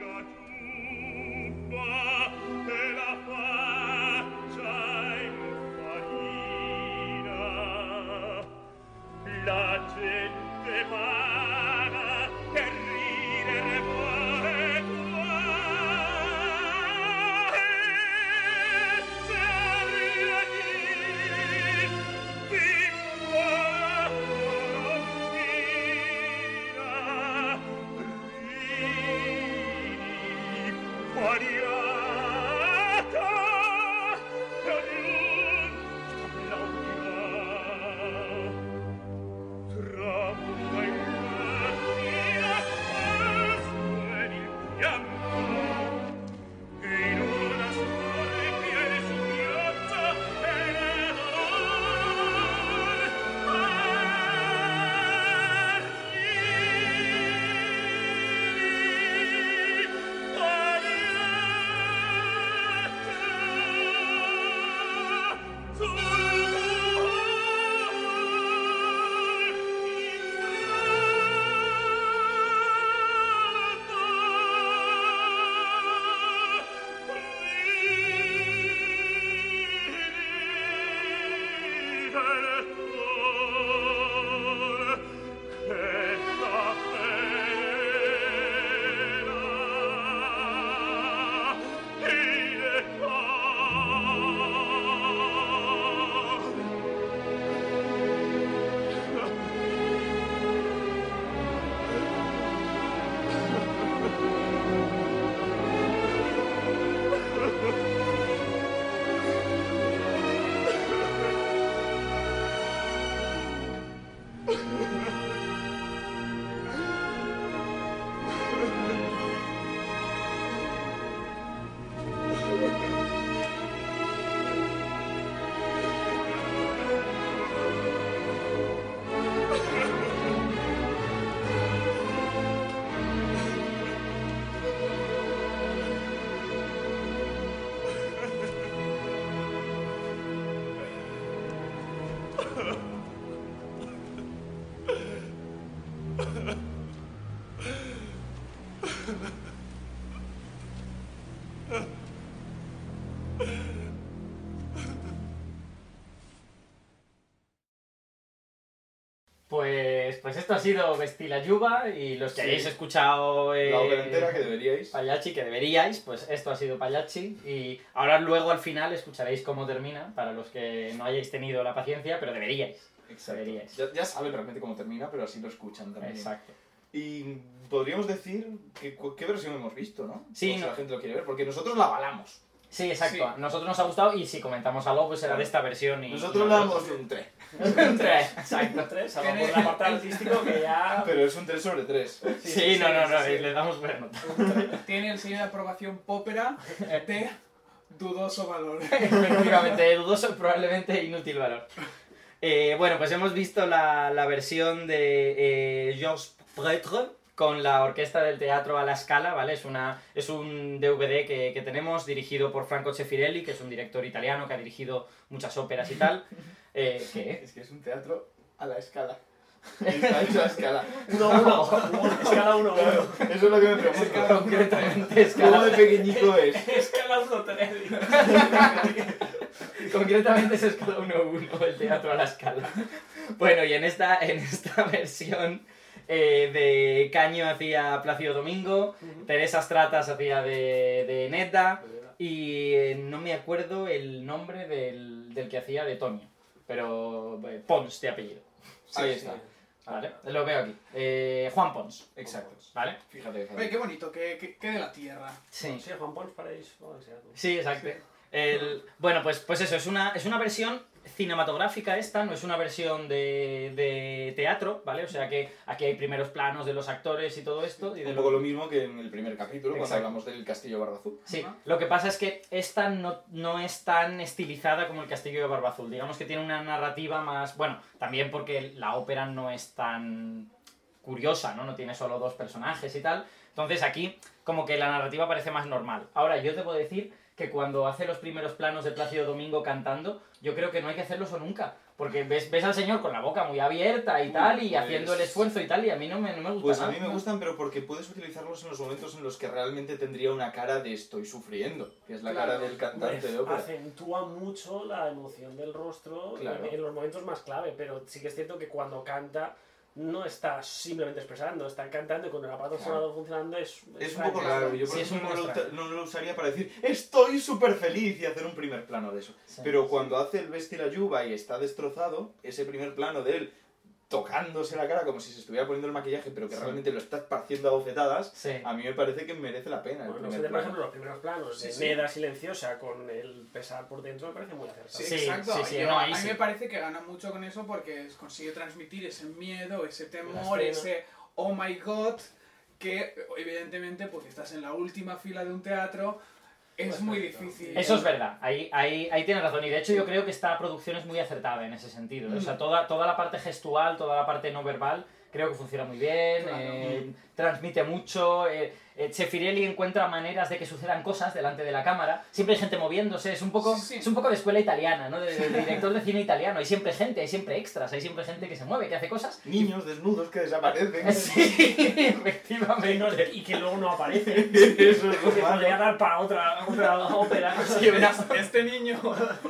E: la giubba e la faccia infarina. La gente paga per ridere muore qua. E se arriva chi Trampa in la via,
B: Pues, pues esto ha sido Vestir la Yuba y los que
D: Sí.
B: hayáis escuchado eh,
A: La obra entera que deberíais.
B: Pagliacci, que deberíais, pues esto ha sido Pagliacci y ahora luego al final escucharéis cómo termina para los que no hayáis tenido la paciencia, pero deberíais.
A: Exacto.
B: Deberíais.
A: Ya, ya saben realmente cómo termina, pero así lo escuchan también.
B: Exacto.
A: Y podríamos decir que, cu- qué versión hemos visto, ¿no?
B: Sí,
A: Por si
B: no.
A: la gente lo quiere ver, porque nosotros la avalamos.
B: Sí, exacto.
A: Sí.
B: A nosotros nos ha gustado y si comentamos algo, pues será de esta versión. Y,
A: Nosotros
B: y-
A: la damos de un 3.
B: [laughs] Tres.
D: Exacto, tres, a lo mejor la parte artístico que ya...
A: [laughs] Pero es un 3 sobre 3.
B: Sí,
D: sí,
B: no,
D: sí,
B: no,
D: sí,
B: no,
D: sí.
B: eh, le damos buena nota.
C: [laughs] Tiene el sello de aprobación pópera de dudoso valor.
B: Efectivamente, dudoso, probablemente inútil valor. Eh, bueno, pues hemos visto la, la versión de eh, Georges Prêtre con la orquesta del teatro a la escala, ¿vale? Es, una, es un DVD que, que tenemos dirigido por Franco Cefirelli, que es un director italiano que ha dirigido muchas óperas y tal. Eh, ¿Qué?
A: Es que es un teatro a la escala. Está hecho a escala.
D: Uno, [laughs] uno,
A: [laughs]
D: escala uno, uno.
A: Eso es lo que me pregunto.
B: [laughs] Concretamente,
A: ¿Cómo
B: escala,
A: de pequeñito es?
D: Escala uno, tres.
B: concretamente es escala 1-1, el teatro a la escala. Bueno, y en esta, en esta [laughs] versión eh, de Caño hacía Plácido Domingo, Teresa Stratas hacía de, de Neta y eh, no me acuerdo el nombre del, del que hacía de Toño, pero eh, Pons de apellido. Ahí está. Vale, lo veo aquí. Eh, Juan Pons.
A: Exacto.
B: ¿Vale?
A: Fíjate.
C: Oye,
A: fíjate.
C: qué bonito, que, que, que de la tierra.
B: Sí.
D: Sí, Juan Pons Paradis, vamos a enseñarlo.
B: Sí, exacto. El- bueno, pues, pues eso, es una, es una versión cinematográfica esta, no es una versión de, de teatro, ¿vale? O sea que aquí hay primeros planos de los actores y todo esto. Y de
A: Un
B: lo-
A: poco lo mismo que en el primer capítulo, cuando
B: Exacto.
A: hablamos del Castillo Barbazú.
B: Sí, lo que pasa es que esta no, no es tan estilizada como el Castillo de Barbazul. Digamos que tiene una narrativa más. Bueno, también porque la ópera no es tan curiosa, ¿no? No tiene solo dos personajes y tal. Entonces aquí, como que la narrativa parece más normal. Ahora, yo debo decir que cuando hace los primeros planos de Plácido Domingo cantando, yo creo que no hay que hacerlo eso nunca. Porque ves, ves al señor con la boca muy abierta y
A: Uy,
B: tal, y
A: pues-
B: haciendo el esfuerzo y tal, y a mí no me, no me gusta.
A: Pues a
B: nada.
A: mí me gustan, pero porque puedes utilizarlos en los momentos en los que realmente tendría una cara de estoy sufriendo, que es la cara del cantante de ópera.
D: Acentúa mucho la emoción del rostro
A: Claro.
D: en, en los momentos más clave, pero sí que es cierto que cuando canta no está simplemente expresando, está cantando y con el aparato
A: Claro.
D: sonado funcionando es...
A: Es un poco raro, yo por
B: Sí, es
A: ejemplo,
B: un
A: no, lo,
B: poco
A: uta- no lo usaría para decir estoy súper feliz y hacer un primer plano de eso.
B: Sí.
A: Pero cuando hace el vestir la lluvia y está destrozado, ese primer plano de él tocándose la cara como si se estuviera poniendo el maquillaje, pero que
B: Sí.
A: realmente lo está esparciendo a bofetadas,
B: Sí.
A: a mí me parece que merece la pena. el
D: Bueno,
A: primer
D: se ve, por
A: plano.
D: ejemplo, los primeros planos de
A: Sí, sí.
D: Neda silenciosa con el pesar por dentro me parece muy acertado.
C: Sí,
B: Sí,
C: exacto.
B: sí, sí,
C: Yo-
B: no,
C: a
B: ahí
C: mí
B: sí.
C: me parece que gana mucho con eso porque es- consigue transmitir ese miedo, ese temor,
D: La escena.
C: ese oh my god, que evidentemente porque estás en la última fila de un teatro es
D: Pues
C: muy
D: perfecto.
C: difícil.
B: Eso es verdad, ahí, ahí, ahí tienes razón. Y de hecho yo creo que esta producción es muy acertada en ese sentido. O sea, toda, toda la parte gestual, toda la parte no verbal, creo que funciona muy bien,
C: Claro.
B: eh, transmite mucho. eh, eh, Cefirelli encuentra maneras de que sucedan cosas delante de la cámara. Siempre hay gente moviéndose, es un poco,
C: Sí, sí.
B: Es un poco de escuela italiana, ¿no? De, de- de director de cine italiano. Hay siempre gente, hay siempre extras, hay siempre gente que se mueve, que hace cosas.
A: Niños desnudos que desaparecen.
B: [laughs] Sí,
D: Que no-
B: efectivamente.
D: y que luego no
A: [laughs]
D: aparece.
A: Eso es lo
D: que
A: malo.
D: podría dar para otra, otra ópera.
A: [laughs]
B: Sí, una-
C: Este niño,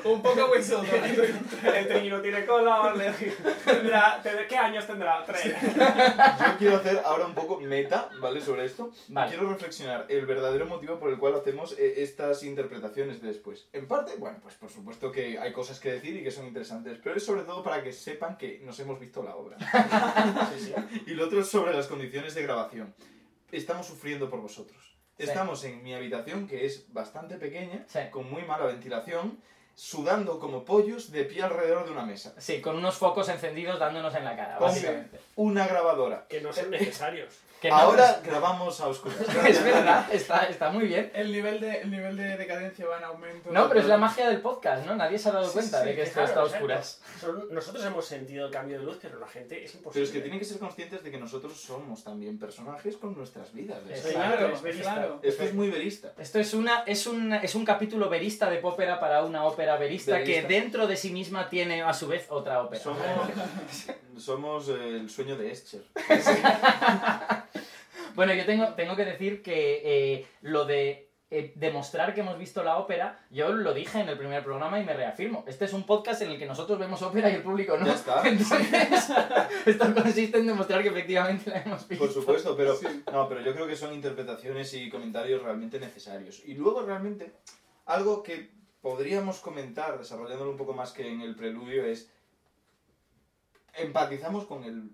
C: un poco hueso.
D: [laughs] El trino tiene color. le-
A: [laughs]
D: tendrá- tendrá- ¿Qué años tendrá? Tres.
A: Yo quiero hacer ahora un poco meta, ¿vale? Sobre esto.
B: Vale.
A: Quiero reflexionar el verdadero motivo por el cual hacemos eh, estas interpretaciones de después. En parte, bueno, pues por supuesto que hay cosas que decir y que son interesantes, pero es sobre todo para que sepan que nos hemos visto la obra. [laughs] Y lo otro es sobre las condiciones de grabación. Estamos sufriendo por vosotros.
B: Sí.
A: Estamos en mi habitación, que es bastante pequeña,
B: Sí.
A: con muy mala ventilación, sudando como pollos de pie alrededor de una mesa.
B: Sí, con unos focos encendidos dándonos en la cara,
A: Con
B: básicamente.
A: una grabadora.
D: Que no son necesarios.
B: Que no-
A: Ahora grabamos a oscuras.
B: Es [laughs] verdad, está, está muy bien.
C: El nivel de, el nivel de decadencia va en aumento.
B: No, pero es la magia del podcast, ¿no? Nadie se ha dado cuenta de que esto
D: Claro,
B: está a
D: exacto.
B: oscuras.
D: Son- nosotros hemos sentido el cambio de luz, pero la gente es
A: Pero
D: imposible.
A: es que tienen que ser conscientes de que nosotros somos también personajes con nuestras vidas. de
B: Exacto.
A: hecho.
C: Claro,
D: Es verista.
C: claro.
A: Esto es muy verista.
B: Esto es una es un es un capítulo verista de ópera para una ópera verista,
A: Verista.
B: que dentro de sí misma tiene a su vez otra ópera. [laughs]
A: Somos, somos eh, el sueño de Escher.
B: Bueno, yo tengo, tengo que decir que eh, lo de eh, demostrar que hemos visto la ópera, yo lo dije en el primer programa y me reafirmo. Este es un podcast en el que nosotros vemos ópera y el público no.
A: Ya está.
B: [laughs] Entonces, Esto consiste en demostrar que efectivamente la hemos visto.
A: Por supuesto, pero, no, pero yo creo que son interpretaciones y comentarios realmente necesarios. Y luego realmente, algo que podríamos comentar, desarrollándolo un poco más que en el preludio, es empatizamos con el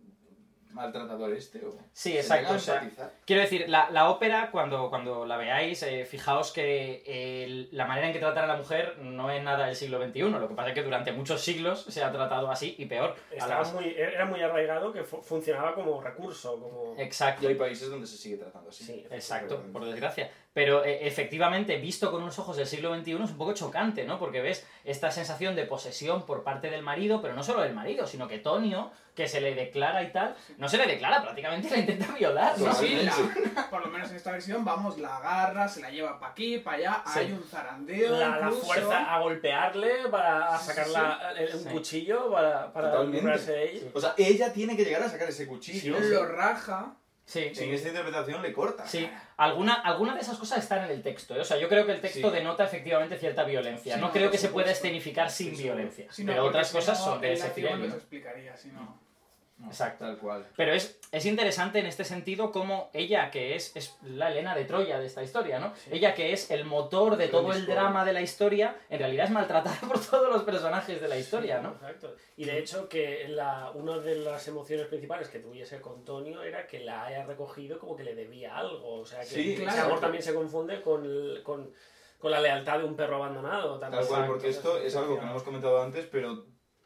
A: maltratador este. ¿o?
B: Sí,
A: ¿Se
B: exacto,
A: llega a
B: o sea,
A: empatizar?
B: Quiero decir, la, la ópera, cuando, cuando la veáis, eh, fijaos que eh, la manera en que tratan a la mujer no es nada del siglo XXI. Lo que pasa es que durante muchos siglos se ha tratado así y peor. a
D: Estaba
B: las-
D: muy, era muy arraigado que fu- funcionaba como recurso, como...
A: Y
B: Exacto.
A: hay países donde se sigue tratando así.
D: Sí,
B: Exacto, por desgracia. Pero eh, efectivamente, visto con unos ojos del siglo XXI, es un poco chocante, ¿no? Porque ves esta sensación de posesión por parte del marido, pero no solo del marido, sino que Tonio, que se le declara y tal, no se le declara, prácticamente le intenta violar, ¿no?
C: Sí, la- por lo menos en esta versión, vamos, la agarra, se la lleva para aquí, para allá,
B: Sí.
C: hay un zarandeo.
D: La, la
C: incluso.
B: ah,
D: fuerza a golpearle para a
C: Sí, sí,
D: sacarla el- un
B: Sí.
D: cuchillo para, para
A: Totalmente.
D: librarse de Pues, ella.
A: O sea, ella tiene que llegar a sacar ese cuchillo.
C: Lo raja.
B: Sí,
A: En esta interpretación le corta.
B: Sí, alguna, alguna de esas cosas están en el texto. ¿eh? O sea, yo creo que el texto
A: Sí.
B: denota efectivamente cierta violencia.
C: Sí,
B: no
C: no,
B: creo
C: por
B: que se pueda
C: supuesto.
B: escenificar
D: Sí,
B: sin
D: sí,
B: violencia.
C: si no,
B: pero
C: porque
B: otras
C: si
B: cosas
C: no,
B: son de
C: el
B: ese
C: látigo
B: nivel,
C: no se
B: ¿no?
C: explicaría, si no.
B: Exacto.
A: Tal cual.
B: Pero es, es interesante en este sentido cómo ella, que es, es la Elena de Troya de esta historia, ¿no? Ella que es el motor de
A: Gran
B: todo el
A: historia.
B: drama de la historia, en realidad es maltratada [laughs] por todos los personajes de la historia, ¿no?
D: Exacto. Y de hecho que la, una de las emociones principales que tuviese con Tonio era que la haya recogido como que le debía algo. O sea que
A: Sí,
D: ese
C: claro.
D: amor también se confunde con, el- con, con la lealtad de un perro abandonado. también.
A: Tal cual, porque
D: Exacto.
A: esto es algo que no hemos comentado antes, pero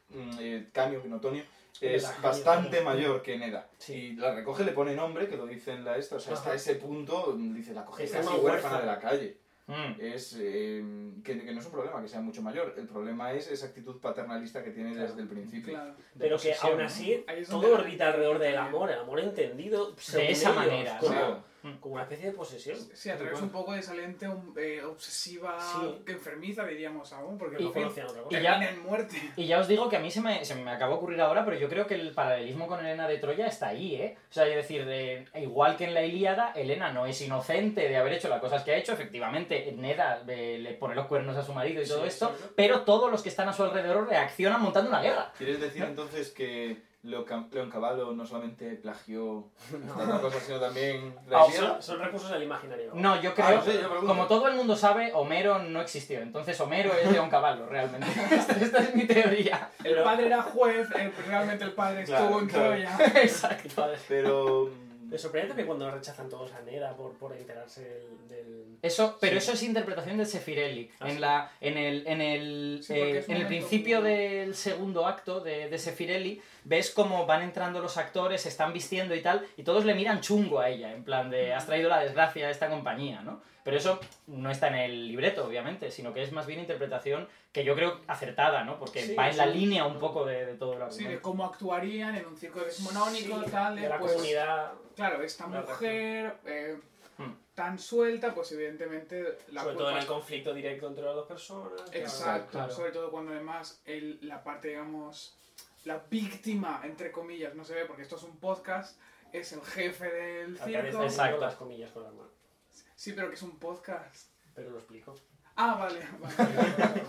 A: mm, eh, Camio, que no Tonio, es
D: Neda,
A: bastante
D: Neda.
A: mayor que Neda.
D: Sí.
A: Y la recoge, le pone nombre, que lo dice en la esta, o sea, hasta
D: Ajá.
A: ese punto mm, dice, la cogiste
D: Es
A: así
D: una
A: huérfana
D: huérfana.
A: de la calle.
B: Mm.
A: Es eh, que, que no es un problema que sea mucho mayor, el problema es esa actitud paternalista que tiene desde el principio.
C: Claro.
D: Pero que
B: posesión,
D: aún
B: ¿no?
D: así
C: Ahí es donde
D: todo
C: la-
D: orbita alrededor del amor, el amor entendido según
B: esa
D: ellos,
B: manera,
D: como,
A: Claro.
D: como una especie de posesión.
C: Sí, a través un poco de esa lente um, eh, obsesiva,
D: Sí.
C: que enfermiza, diríamos aún, porque
B: Y-
D: No
C: al fin
D: conocían otra cosa.
B: y ya-
C: termina en
B: [laughs]
C: muerte.
B: Y ya os digo que a mí se me, se me acaba de ocurrir ahora, pero yo creo que el paralelismo con Elena de Troya está ahí, ¿eh? O sea, es decir, eh, igual que en la Ilíada, Elena no es inocente de haber hecho las cosas que ha hecho, efectivamente, Neda eh, le pone los cuernos a su marido y todo
D: Sí,
B: esto,
D: sí, ¿no?
B: pero todos los que están a su alrededor reaccionan montando una guerra.
A: ¿Quieres
B: [laughs]
A: decir entonces que Leoca- Leoncavallo no solamente
B: [laughs]
A: plagió tantas cosas, sino también la
B: Ah,
A: Ilíada?
D: Son, son recursos del imaginario.
B: No, yo
A: Ah,
B: creo,
A: no sé, yo pregunto.
B: como todo el mundo sabe, Homero no existió, entonces Homero es de un caballo, realmente. [laughs] esta, esta es mi teoría.
C: El padre era juez, el- realmente el padre
A: Claro,
C: estuvo en
A: claro.
C: Troya.
B: Exacto. [laughs]
A: Pero... mm,
D: Me sorprende también cuando rechazan todos a Neda por, por enterarse del... del-
B: Eso, pero
D: Sí.
B: eso es interpretación de Sefirelli.
D: Ah, sí.
B: en, la, en el, en el,
C: Sí, porque
B: eh,
C: es un
B: en el
C: momento
B: principio
C: muy-
B: del segundo acto de, de Sefirelli, ves cómo van entrando los actores, se están vistiendo y tal, y todos le miran chungo a ella, en plan de has traído la desgracia a esta compañía, ¿no? Pero eso no está en el libreto, obviamente, sino que es más bien interpretación que yo creo acertada, ¿no? Porque
D: Sí,
B: va en la
D: sí.
B: línea un poco de, de todo lo
C: Sí,
B: argumento.
C: de cómo actuarían en un circo desmonónico,
D: Sí,
C: tal,
D: de la
C: pues,
D: comunidad.
C: Claro, esta
D: La
C: mujer eh,
B: Hmm.
C: tan suelta, pues evidentemente la
D: sobre
C: culpa
D: todo en el
C: es-
D: conflicto directo entre las dos personas. claro.
C: Exacto,
B: Claro.
C: sobre todo cuando además el- la parte, digamos, la víctima, entre comillas, no se ve porque esto es un podcast, es el jefe del
D: Acá le
C: circo.
D: estás
B: Exacto.
D: haciendo las comillas con la mano.
C: Sí, pero que es un podcast.
D: Pero lo explico.
C: Ah,
B: [laughs]
C: vale, vale.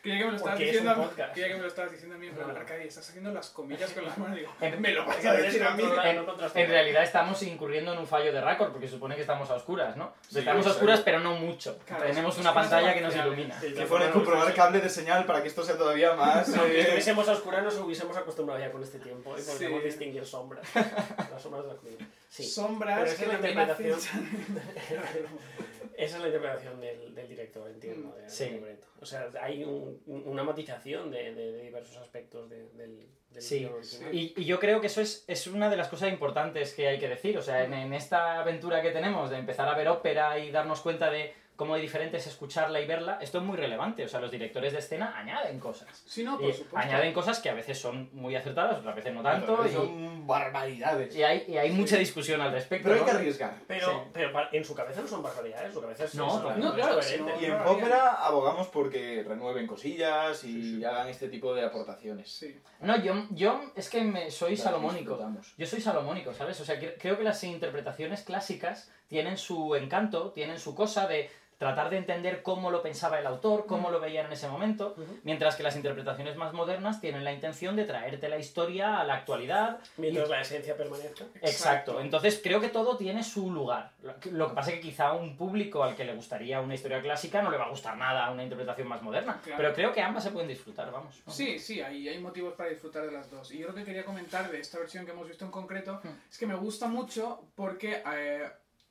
C: Creía que me lo estabas
D: Porque es
C: diciendo,
D: un
C: a mí-
D: podcast.
C: creía que me lo estabas diciendo a mí, en plan,
D: Claro.
C: Arcadia, estás haciendo las comillas con las
D: [laughs]
C: manos, digo,
B: En-
C: me lo vas a
D: Porque
C: decir a mí.
D: descontrola-
B: En-
D: no contrasta.
B: En realidad estamos incurriendo en un fallo de récord, porque se supone que estamos a oscuras, ¿no?
A: Sí,
B: estamos a
A: exacto.
B: oscuras, pero no mucho.
C: Claro,
B: Tenemos
C: es-
B: una
C: es que
B: pantalla
C: no
B: que nos
C: funciona.
B: ilumina.
D: Sí,
A: Que fuera
D: no,
A: comprobar
D: no,
A: cable de señal para que esto sea todavía más...
D: Si
A: eh,
D: estuviésemos a oscuras nos hubiésemos acostumbrado ya con este tiempo y
C: Sí.
D: podríamos distinguir
C: [laughs]
D: sombras. Las sombras de la comida. Sí.
C: Sombras
D: Pero es que la
C: también
D: interpretación-
C: acechan.
D: [laughs] Esa es la interpretación del, del director,
C: Mm,
D: entiendo. de-
B: Sí.
D: del libreto. O sea, hay un- una matización de, de- de diversos aspectos de- del, del
B: Sí,
D: guion original.
B: Y, y yo creo que eso es, es una de las cosas importantes que hay que decir. O sea, en, en esta aventura que tenemos de empezar a ver ópera y darnos cuenta de cómo de diferente es escucharla y verla, esto es muy relevante. O sea, los directores de escena añaden cosas.
C: [laughs] Sí, no,
B: Y
D: Eh,
C: por supuesto.
B: añaden cosas que a veces son muy acertadas, otras veces no [laughs] tanto. Y,
A: Son barbaridades.
B: y hay, y hay mucha discusión al respecto.
A: Pero hay
B: ¿no?
A: que arriesgar.
D: Pero,
B: Sí.
D: pero pa- en su cabeza no son barbaridades, en su cabeza es
B: No,
D: es-
B: no,
D: es
C: claro,
D: coherente.
C: sí,
A: Y en
C: Barbaridades.
A: ópera abogamos porque renueven cosillas y hagan este tipo de aportaciones.
C: Sí.
B: No, yo, yo es que me, soy
A: Las
B: salomónico.
A: disfrutamos.
B: Yo soy salomónico, ¿sabes? O sea, cre- creo que las interpretaciones clásicas tienen su encanto, tienen su cosa de tratar de entender cómo lo pensaba el autor, cómo lo veían en ese momento,
D: Ujú.
B: mientras que las interpretaciones más modernas tienen la intención de traerte la historia a la actualidad.
D: Mientras la esencia permanezca.
B: Exacto. Entonces creo que todo tiene su lugar. Lo que- Lo que pasa es que quizá un público al que le gustaría una historia clásica no le va a gustar nada una interpretación más moderna.
C: Claro.
B: Pero creo que ambas se pueden disfrutar, vamos. ¿no?
C: Sí, sí, hay, hay motivos para disfrutar de las dos. Y yo lo que quería comentar de esta versión que hemos visto en concreto
B: Hmm.
C: es que me gusta mucho porque eh,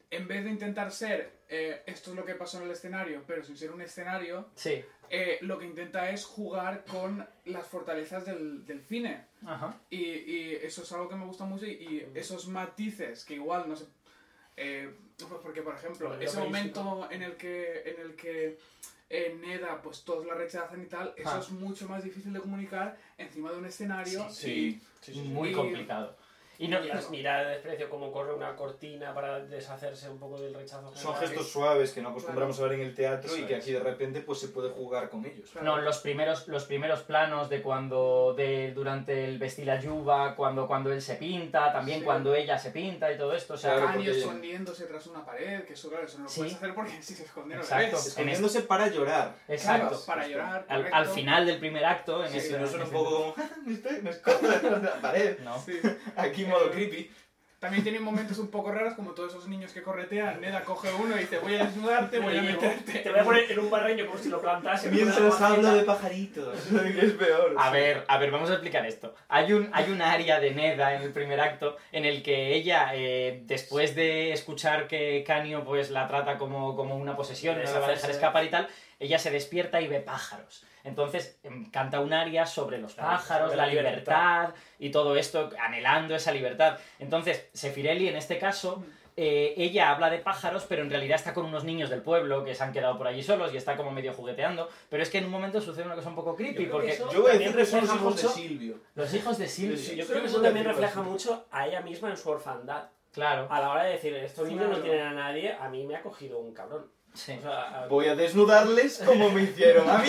C: en vez de intentar ser eh, esto es lo que pasó en el escenario, pero sin ser un escenario,
B: Sí.
C: eh, lo que intenta es jugar con las fortalezas del, del cine.
B: Ajá.
C: Y, y eso es algo que me gusta mucho y, y esos matices que igual no sé... eh, pues porque, por ejemplo,
D: Lo de la
C: ese
D: península.
C: momento en el que, en el que eh, Neda, pues todos la rechazan y tal, eso
B: Ah.
C: es mucho más difícil de comunicar encima de un escenario.
H: Sí, sí, sí, sí.
B: Muy
C: Y-
B: complicado. Y
D: Y
B: no,
D: las miradas de desprecio, como corre una cortina para deshacerse un poco del rechazo.
A: Son
D: general.
A: gestos suaves que no acostumbramos a ver en el teatro y que aquí de repente pues se puede jugar con ellos.
C: Claro.
B: No, los primeros, los primeros planos de cuando de, durante el vestir la lluvia, cuando, cuando él se pinta, también
C: Sí.
B: cuando ella se pinta y todo esto. O sea,
A: Claro,
C: Kanye
A: porque-
C: escondiéndose tras una pared, que eso, claro, eso no lo
B: Sí.
C: puedes hacer porque [laughs] si se esconde no lo
B: Exacto.
C: ves.
A: Escondiéndose para llorar.
C: Claro,
B: exacto.
C: para llorar.
B: Al, al
C: correcto.
B: final del primer acto, en
C: Sí,
B: ese-
A: Si no suena
B: en
A: un
B: ese-
A: poco como, [laughs] "Ah, me estoy- me escondo detrás de la pared.
B: No.
C: Sí.
A: Aquí modo creepy.
C: También tienen momentos un poco raros, como todos esos niños que corretean. Neda coge uno y dice: Voy a desnudarte, voy a meterte.
D: Te voy a poner en un barreño como si lo plantase. con una
A: Mientras
D: maceta.
A: hablo de pajaritos. que es peor.
B: A ver, a ver, vamos a explicar esto. Hay un, hay un área de Neda en el primer acto en el que ella, eh, después de escuchar que Canio pues, la trata como, como una posesión, no la va a dejar
D: Deshacerse.
B: escapar y tal, ella se despierta y ve pájaros. Entonces em, canta un aria sobre los
D: Claro,
B: pájaros,
D: sobre
B: la
D: la
B: libertad y todo esto, anhelando esa libertad. Entonces, Sefirelli en este caso, eh, ella habla de pájaros, pero en realidad está con unos niños del pueblo que se han quedado por allí solos y está como medio jugueteando. Pero es que en un momento sucede una cosa un poco creepy,
D: creo que
B: porque
D: eso-
A: Yo voy a
D: También
A: decir que son los
D: refleja
A: hijos de
D: mucho-
A: Silvio.
B: los hijos de Silvio.
A: Sí, sí.
D: Yo creo que eso también refleja mucho a ella misma en su orfandad.
B: Claro.
D: A la hora de decir, estos niños
C: Claro.
D: no tienen a nadie, a mí me ha cogido un cabrón.
B: Sí.
D: O sea, a-
A: Voy a desnudarles como me hicieron a mí.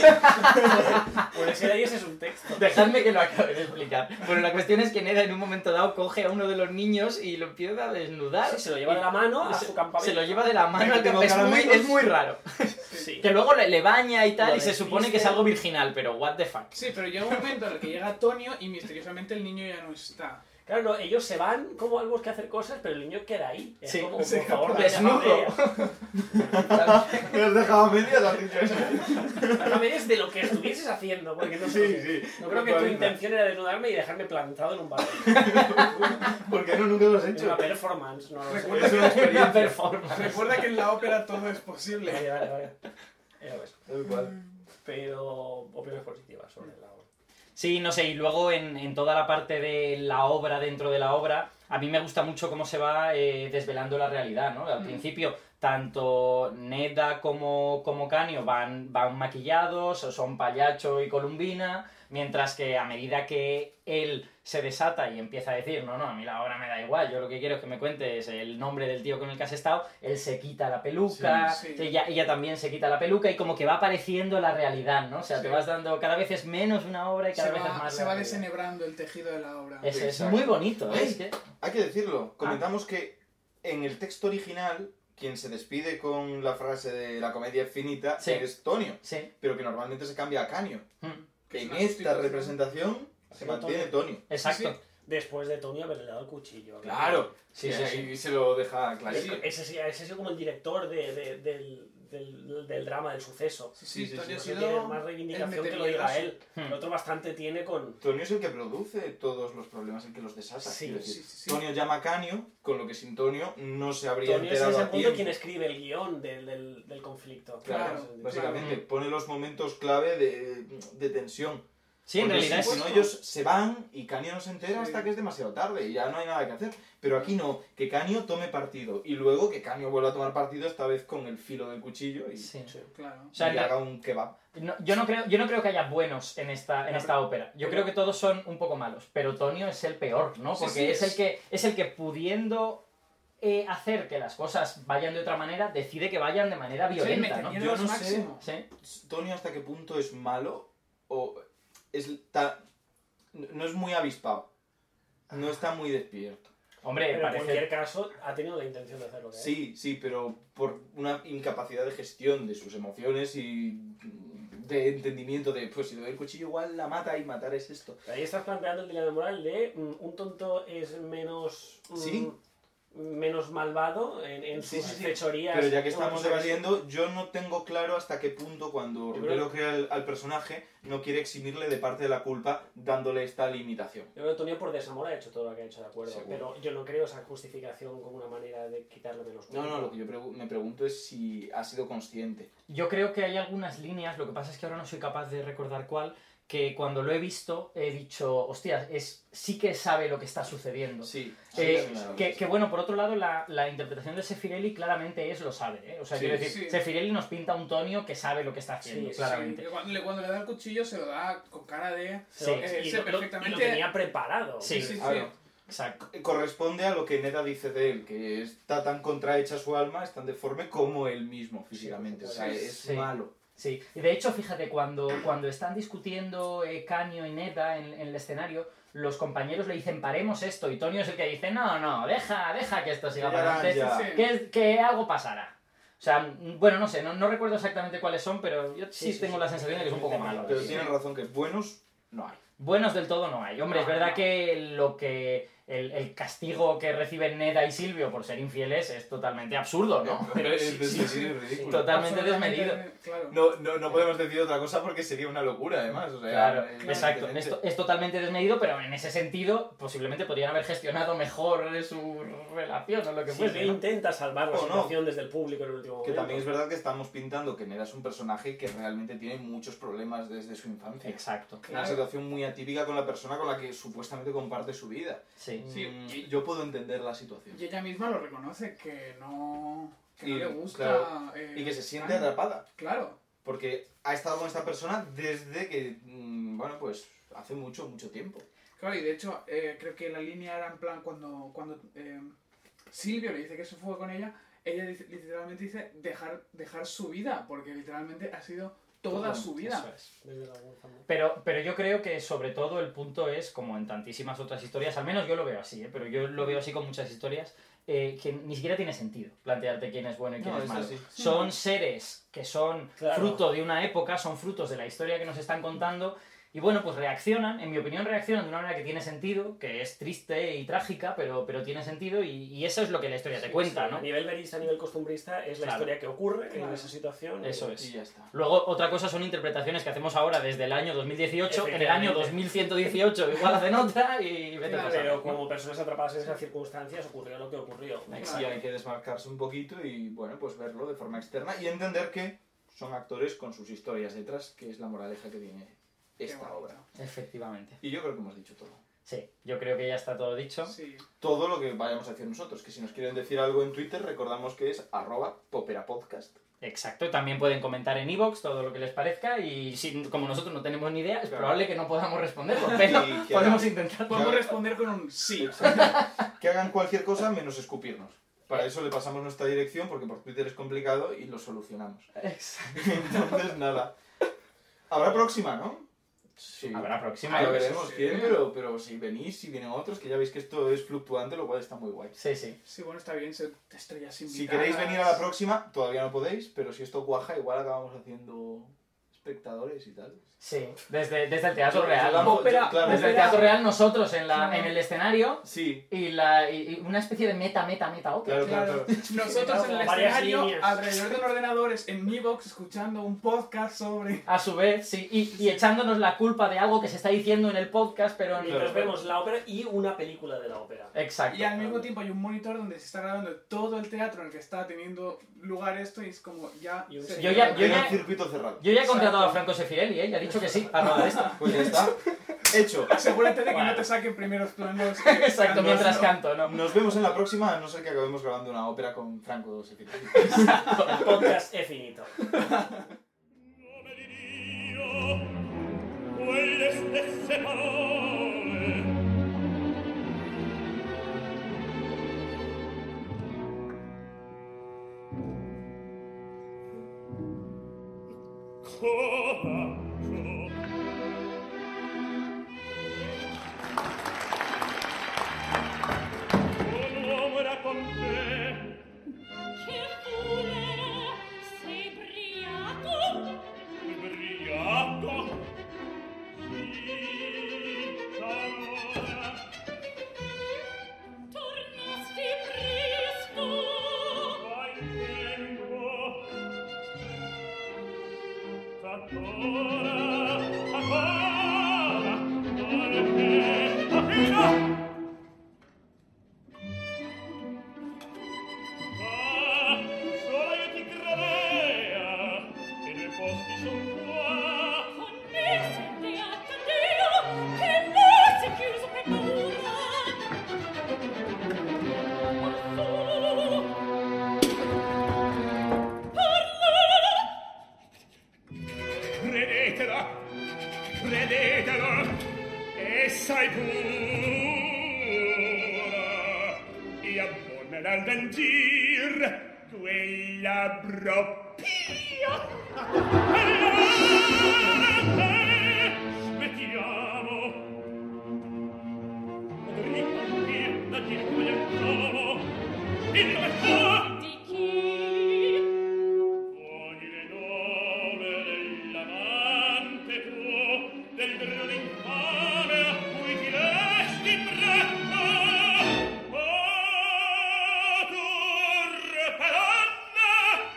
D: puede ser ahí ese subtexto.
B: Dejadme que lo acabe de explicar. Bueno, la cuestión es que Neda en un momento dado coge a uno de los niños y lo empieza a desnudar. Ah,
D: Sí, se lo lleva de la mano a
B: Se-
D: su campamento.
B: Se lo lleva de la mano
A: Mira
B: al
A: que tengo
B: campo. Es muy,
A: caramelos.
B: es muy raro.
D: Sí.
B: Que luego le, le baña y tal
D: Lo
B: y se
D: despiste.
B: supone que es algo virginal, pero what the fuck.
C: Sí, pero llega un momento en el que llega Antonio y misteriosamente el niño ya no está.
D: Claro, no, ellos se van como al bosque a hacer cosas, pero el niño queda ahí. Es
B: Sí,
D: como, por
C: se
D: favor,
C: escapa.
B: Desnudo.
D: déjame-
A: Me has dejado a medias, has dicho eso.
D: Déjame es de lo que estuvieses haciendo, porque no
A: Sí,
D: sé.
A: sí.
D: No creo que tu intención era desnudarme y dejarme plantado en
A: [laughs]
D: un barrio.
A: ¿Por qué no nunca lo has
D: Es
A: hecho?
D: una performance, no lo sé.
C: Recuerda que,
B: Una performance.
C: recuerda que en la ópera todo es posible.
D: Vale, vale, vale. Ya ves.
A: Tal cual.
D: Pero opiniones positivas sobre la obra.
B: Sí, no sé, y luego en, en toda la parte de la obra dentro de la obra, a mí me gusta mucho cómo se va eh, desvelando la realidad, ¿no? Al
C: Mm.
B: principio, tanto Neda como, como Canio van, van maquillados, o son payacho y columbina, mientras que a medida que él se desata y empieza a decir, no, no, a mí la obra me da igual, yo lo que quiero es que me cuentes el nombre del tío con el que has estado, él se quita la peluca,
C: Sí, sí.
B: Ella, ella también se quita la peluca y como que va apareciendo la realidad, ¿no? O sea, te
C: Sí.
B: vas dando, cada vez es menos una obra y cada
C: Se
B: vez es
C: va,
B: más
C: se
B: la
C: va
B: realidad.
C: desenebrando el tejido de la obra.
B: Es, es
A: Exacto.
B: muy bonito, ¿eh?
A: Ay.
B: es que...
A: Hay que decirlo. Comentamos que en el texto original, quien se despide con la frase de la comedia es finita
B: Sí.
A: es Tonio,
B: Sí.
A: pero que normalmente se cambia a Canio.
B: Mm,
C: Que es
A: En
C: una
A: esta
C: sustitución.
A: representación se
D: Sido
A: mantiene Tonio.
B: Exacto.
D: Después de Tony haberle dado el cuchillo.
B: Sí,
A: Sí,
B: sí,
A: ahí se lo deja
D: Ese,
A: clarísimo.
D: ese sí- ese es como el director de- de- del, del- del drama, del suceso.
C: Sí,
A: Sí,
C: sí,
A: sí,
C: Antonio ha
D: No sé, tiene más
C: sido. el
D: reivindicación que lo
C: metemiedas.
D: diga él.
B: Hmm.
D: El otro bastante tiene con...
A: Tonio es el que produce todos los problemas, el que los desata.
D: Sí,
A: quiero
D: sí,
A: decir.
C: sí, sí.
A: Tonio llama a Canio, con lo que sin Tonio no se habría
D: Tony es en
A: enterado
D: ese
A: a
D: punto
A: tiempo.
D: quien escribe el guión del, del- del conflicto.
A: Claro,
D: Ese-
A: básicamente pone los momentos clave de, de tensión.
B: Sí, en
A: Porque
B: realidad
A: si
B: es...
A: no, ellos se van y Canio no se entera
C: Sí.
A: hasta que es demasiado tarde y ya no hay nada que hacer. Pero aquí no, que Canio tome partido y luego que Canio vuelva a tomar partido, esta vez con el filo del cuchillo y,
B: Sí.
D: Sí.
C: Claro.
B: O sea,
A: y
B: en la-
A: haga un kebab.
B: no- yo, no creo, yo no creo que haya buenos en esta, en esta ópera. Yo creo que todos son un poco malos, pero Tonio es el peor, ¿no?
C: Sí,
B: Porque
C: sí,
B: es,
C: es-
B: El que, es el que pudiendo eh, hacer que las cosas vayan de otra manera, decide que vayan de manera
C: Sí, me
B: violenta, ¿no?
C: tenía
A: Yo
C: los
A: no sé.
C: máximo.
B: Sí.
A: Tonio hasta qué punto es malo o es ta- no es muy avispado. No está muy despierto.
B: Hombre,
D: Pero en
B: parece...
D: cualquier caso, ha tenido la intención de hacerlo. ¿eh?
A: Sí, sí, pero por una incapacidad de gestión de sus emociones y de entendimiento de, pues si le doy el cuchillo igual la mata y matar es esto.
D: Ahí estás planteando el dilema moral de mm, un tonto es menos. mm,
A: Sí.
D: menos malvado en, en
A: Sí,
D: sus
A: sí, sí.
D: fechorías.
A: Pero ya que
D: Una
A: estamos
D: cosa
A: debatiendo, yo no tengo claro hasta qué punto cuando
D: creo-
A: Romero crea al, al personaje no quiere eximirle de parte de la culpa dándole esta limitación.
D: Yo creo que Antonio por desamor ha hecho todo lo que ha hecho, de acuerdo.
A: Seguro.
D: Pero yo no creo esa justificación como una manera de quitarle menos
A: No, no,
D: culpa.
A: lo que yo pregu- me pregunto es si ha sido consciente.
B: Yo creo que hay algunas líneas, lo que pasa es que ahora no soy capaz de recordar cuál, que cuando lo he visto he dicho, hostia, es, sí que sabe lo que está sucediendo.
A: Sí,
B: Eh,
A: sí, sí,
B: que,
A: sí.
B: que, bueno, por otro lado, la, la interpretación de Sefirelli claramente es lo sabe. ¿eh? O sea,
A: Sí,
B: quiero decir,
C: sí.
B: Sefirelli nos pinta un Tonio que sabe lo que está haciendo,
D: Sí,
B: claramente.
C: Sí, cuando, le, cuando le da el cuchillo se lo da con cara de...
B: Sí,
D: Pero-
C: sí,
D: y
C: Eh, sé
D: lo- lo-
C: perfectamente.
D: y lo tenía preparado.
B: Sí,
C: sí, sí.
A: Claro.
B: exacto.
A: Eh, corresponde a lo que Neda dice de él, que está tan contrahecha su alma, es tan deforme como él mismo físicamente. O sea,
B: Sí,
A: es
B: sí.
A: malo.
B: Sí, y de hecho, fíjate, cuando, cuando están discutiendo eh, Canio y Neda en, en el escenario, los compañeros le dicen, paremos esto, y Tonio es el que dice, no, no, deja, deja que esto siga
A: Ya,
B: para adelante,
A: ya.
C: Sí, sí.
B: que, que algo pasará. O sea, mm, bueno, no sé, no, no recuerdo exactamente cuáles son, pero yo sí,
D: Sí, sí,
B: tengo
D: sí.
B: la sensación de que es un poco malo.
A: Pero
B: sí.
A: tienen razón que buenos no hay.
B: Buenos del todo no hay. Hombre, es
D: No,
B: verdad
D: no.
B: que lo que el, el castigo que reciben Neda y Silvio por ser infieles es totalmente
A: [laughs]
B: absurdo, ¿no?
A: Pero es,
B: Sí, sí,
A: es- es ridículo.
B: Totalmente
C: Absolutamente,
B: desmedido.
C: Claro.
A: No, no, no podemos decir otra cosa porque sería una locura, además. O sea,
B: Claro,
A: eh,
B: exacto.
A: evidentemente.
B: Es, to- es totalmente desmedido, pero en ese sentido posiblemente podrían haber gestionado mejor su relación o lo que
D: Sí,
B: fuese.
D: que
B: ¿no?
D: intenta salvar la
A: O no.
D: situación desde el público en el último
A: Que
D: momento.
A: también es verdad que estamos pintando que Neda es un personaje que realmente tiene muchos problemas desde su infancia.
B: Exacto,
A: Una
C: Claro.
A: situación muy atípica con la persona con la que supuestamente comparte su vida.
B: sí.
C: Sí,
A: Mm,
C: y-
A: Yo puedo entender la situación.
C: Y ella misma lo reconoce, que no, que no
A: Y,
C: le gusta...
A: claro,
C: eh,
A: Y que se siente
C: Ana.
A: atrapada.
C: Claro.
A: Porque ha estado con esta persona desde que, mm, bueno, pues hace mucho, mucho tiempo.
C: Claro, y de hecho, eh, creo que la línea era en plan cuando, cuando eh, Silvio le dice que se fue con ella, ella dice- literalmente dice dejar, dejar su vida, porque literalmente ha sido toda
A: Toda,
C: su vida.
B: Eso es.
D: Desde la voz, ¿no?
B: Pero, pero yo creo que sobre todo el punto es, como en tantísimas otras historias, al menos yo lo veo así, ¿eh? pero yo lo veo así con muchas historias, eh, que ni siquiera tiene sentido plantearte quién es bueno y quién
A: No,
B: es
A: es
B: malo.
A: así.
B: Son seres que son
D: Claro.
B: fruto de una época, son frutos de la historia que nos están contando. Y bueno, pues reaccionan, en mi opinión reaccionan de una manera que tiene sentido, que es triste y trágica, pero, pero tiene sentido y, y eso es lo que la historia te cuenta,
D: Sí,
B: ¿no?
D: A nivel verista, a nivel costumbrista, es la
B: Claro.
D: historia que ocurre en
C: Claro.
D: esa situación.
B: Eso
A: Y
B: es.
A: ya está.
B: Luego, otra cosa son interpretaciones que hacemos ahora desde el año 2018, en el año
D: Efectivamente.
B: 2118 igual hacen otra y vete
C: Claro,
B: tú a saber,
D: Pero
B: ¿no?
D: como personas atrapadas en esas circunstancias, ocurrió lo que ocurrió.
B: Exacto.
A: Y hay que desmarcarse un poquito y, bueno, pues verlo de forma externa y entender que son actores con sus historias detrás, que es la moraleja que tiene
C: Qué
A: esta
C: bonito.
A: obra.
B: Efectivamente.
A: Y yo creo que hemos dicho todo.
B: Sí, yo creo que ya está todo dicho.
C: Sí.
A: Todo lo que vayamos a decir nosotros, que si nos quieren decir algo en Twitter, recordamos que es arroba poperapodcast.
B: Exacto. También pueden comentar en iVoox todo lo que les parezca y si, como nosotros no tenemos ni idea, es
A: Claro.
B: probable que no podamos responderlo, pero
A: Y que
B: podemos
A: hagan-
B: intentar.
C: Podemos responder con un sí.
A: que hagan cualquier cosa menos escupirnos. Para eso le pasamos nuestra dirección, porque por Twitter es complicado y lo solucionamos. [laughs]
B: Exacto.
A: Entonces, nada. Habrá próxima, ¿no? Sí.
B: Habrá próxima.
A: Ya
B: yo creo. ¿eh?
A: veremos
C: sí.
A: quién, pero, pero si venís, si vienen otros, que ya veis que esto es fluctuante, lo cual está muy guay.
B: Sí, sí.
C: Sí, bueno, está bien, se te estrellas sin
A: Si queréis venir a la próxima, todavía no podéis, pero si esto cuaja, igual acabamos haciendo espectadores y tal.
B: Sí. Desde, desde el Teatro
A: Yo- yo
B: Real. Pues
A: lanzo-
D: Ópera,
A: yo- claro,
B: Desde el
A: yo-
B: Teatro Real nosotros en, la, en el escenario
A: Sí,
B: y, la, y- y una especie de meta, meta, meta ópera.
A: claro, claro.
C: Claro.
A: claro.
C: Nosotros en el
D: Varias
C: escenario,
D: líneas.
C: alrededor de los ordenadores, en mi box, escuchando un podcast sobre...
B: A su vez, sí. Y, y echándonos la culpa de algo que se está diciendo en el podcast, pero... en-
D: Mientras
A: Claro.
D: vemos la ópera y una película de
B: [laughs]
D: la ópera.
B: Exacto.
C: Y al mismo tiempo hay un monitor donde se está grabando todo el teatro en el que está teniendo lugar esto y es como ya...
D: Yo
C: se-
B: Yo ya- yo
A: En
B: ya-
A: un circuito cerrado.
B: Yo ya he contratado a Franco Sefirelli, ¿eh? Ya ha dicho que sí, para rodar esto.
A: Pues ya
B: [laughs]
A: está. Hecho.
C: Asegúrate de que
B: Bueno.
C: no te saquen primeros planos.
B: [laughs] Exacto, mientras canto, ¿no?
A: Nos vemos en la próxima, a no ser que acabemos grabando una ópera con Franco Sefirelli.
D: Podcast es finito.
E: nome di Dio, quelle stesse parole. Coraggio. Oh, me la sentir quella broppia allora smettiamo ricchi la circo del uomo il nome fu di chi Ogni le nome dell'amante tuo, del grano infame a cui ti resti in braccio. Oh, turpe donna,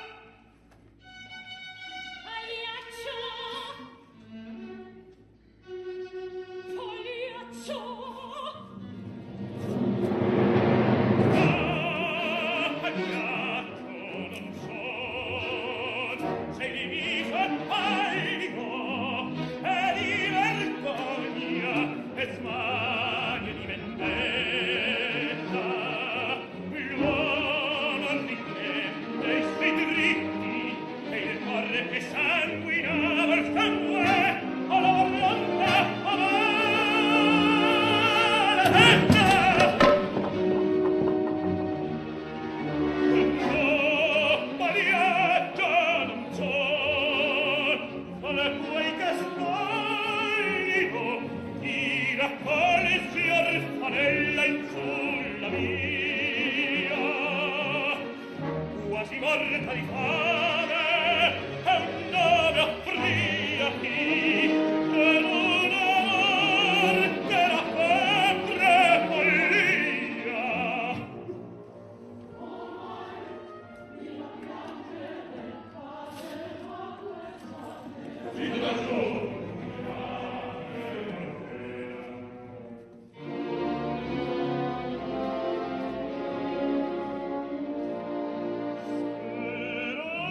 E: Che sanguinava il sangue alla volontà amara Morta di fame è un nome a friati per un amor che la febbre follia Pero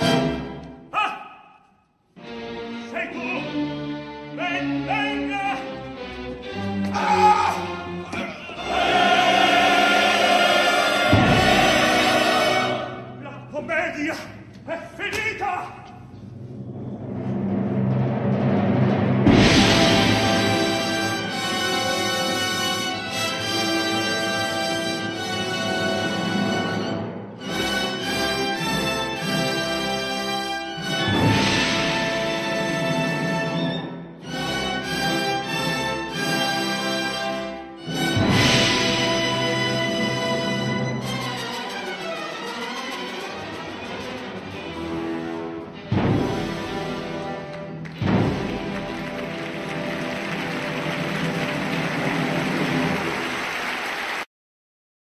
E: Ah! Ah! tragedia è finita!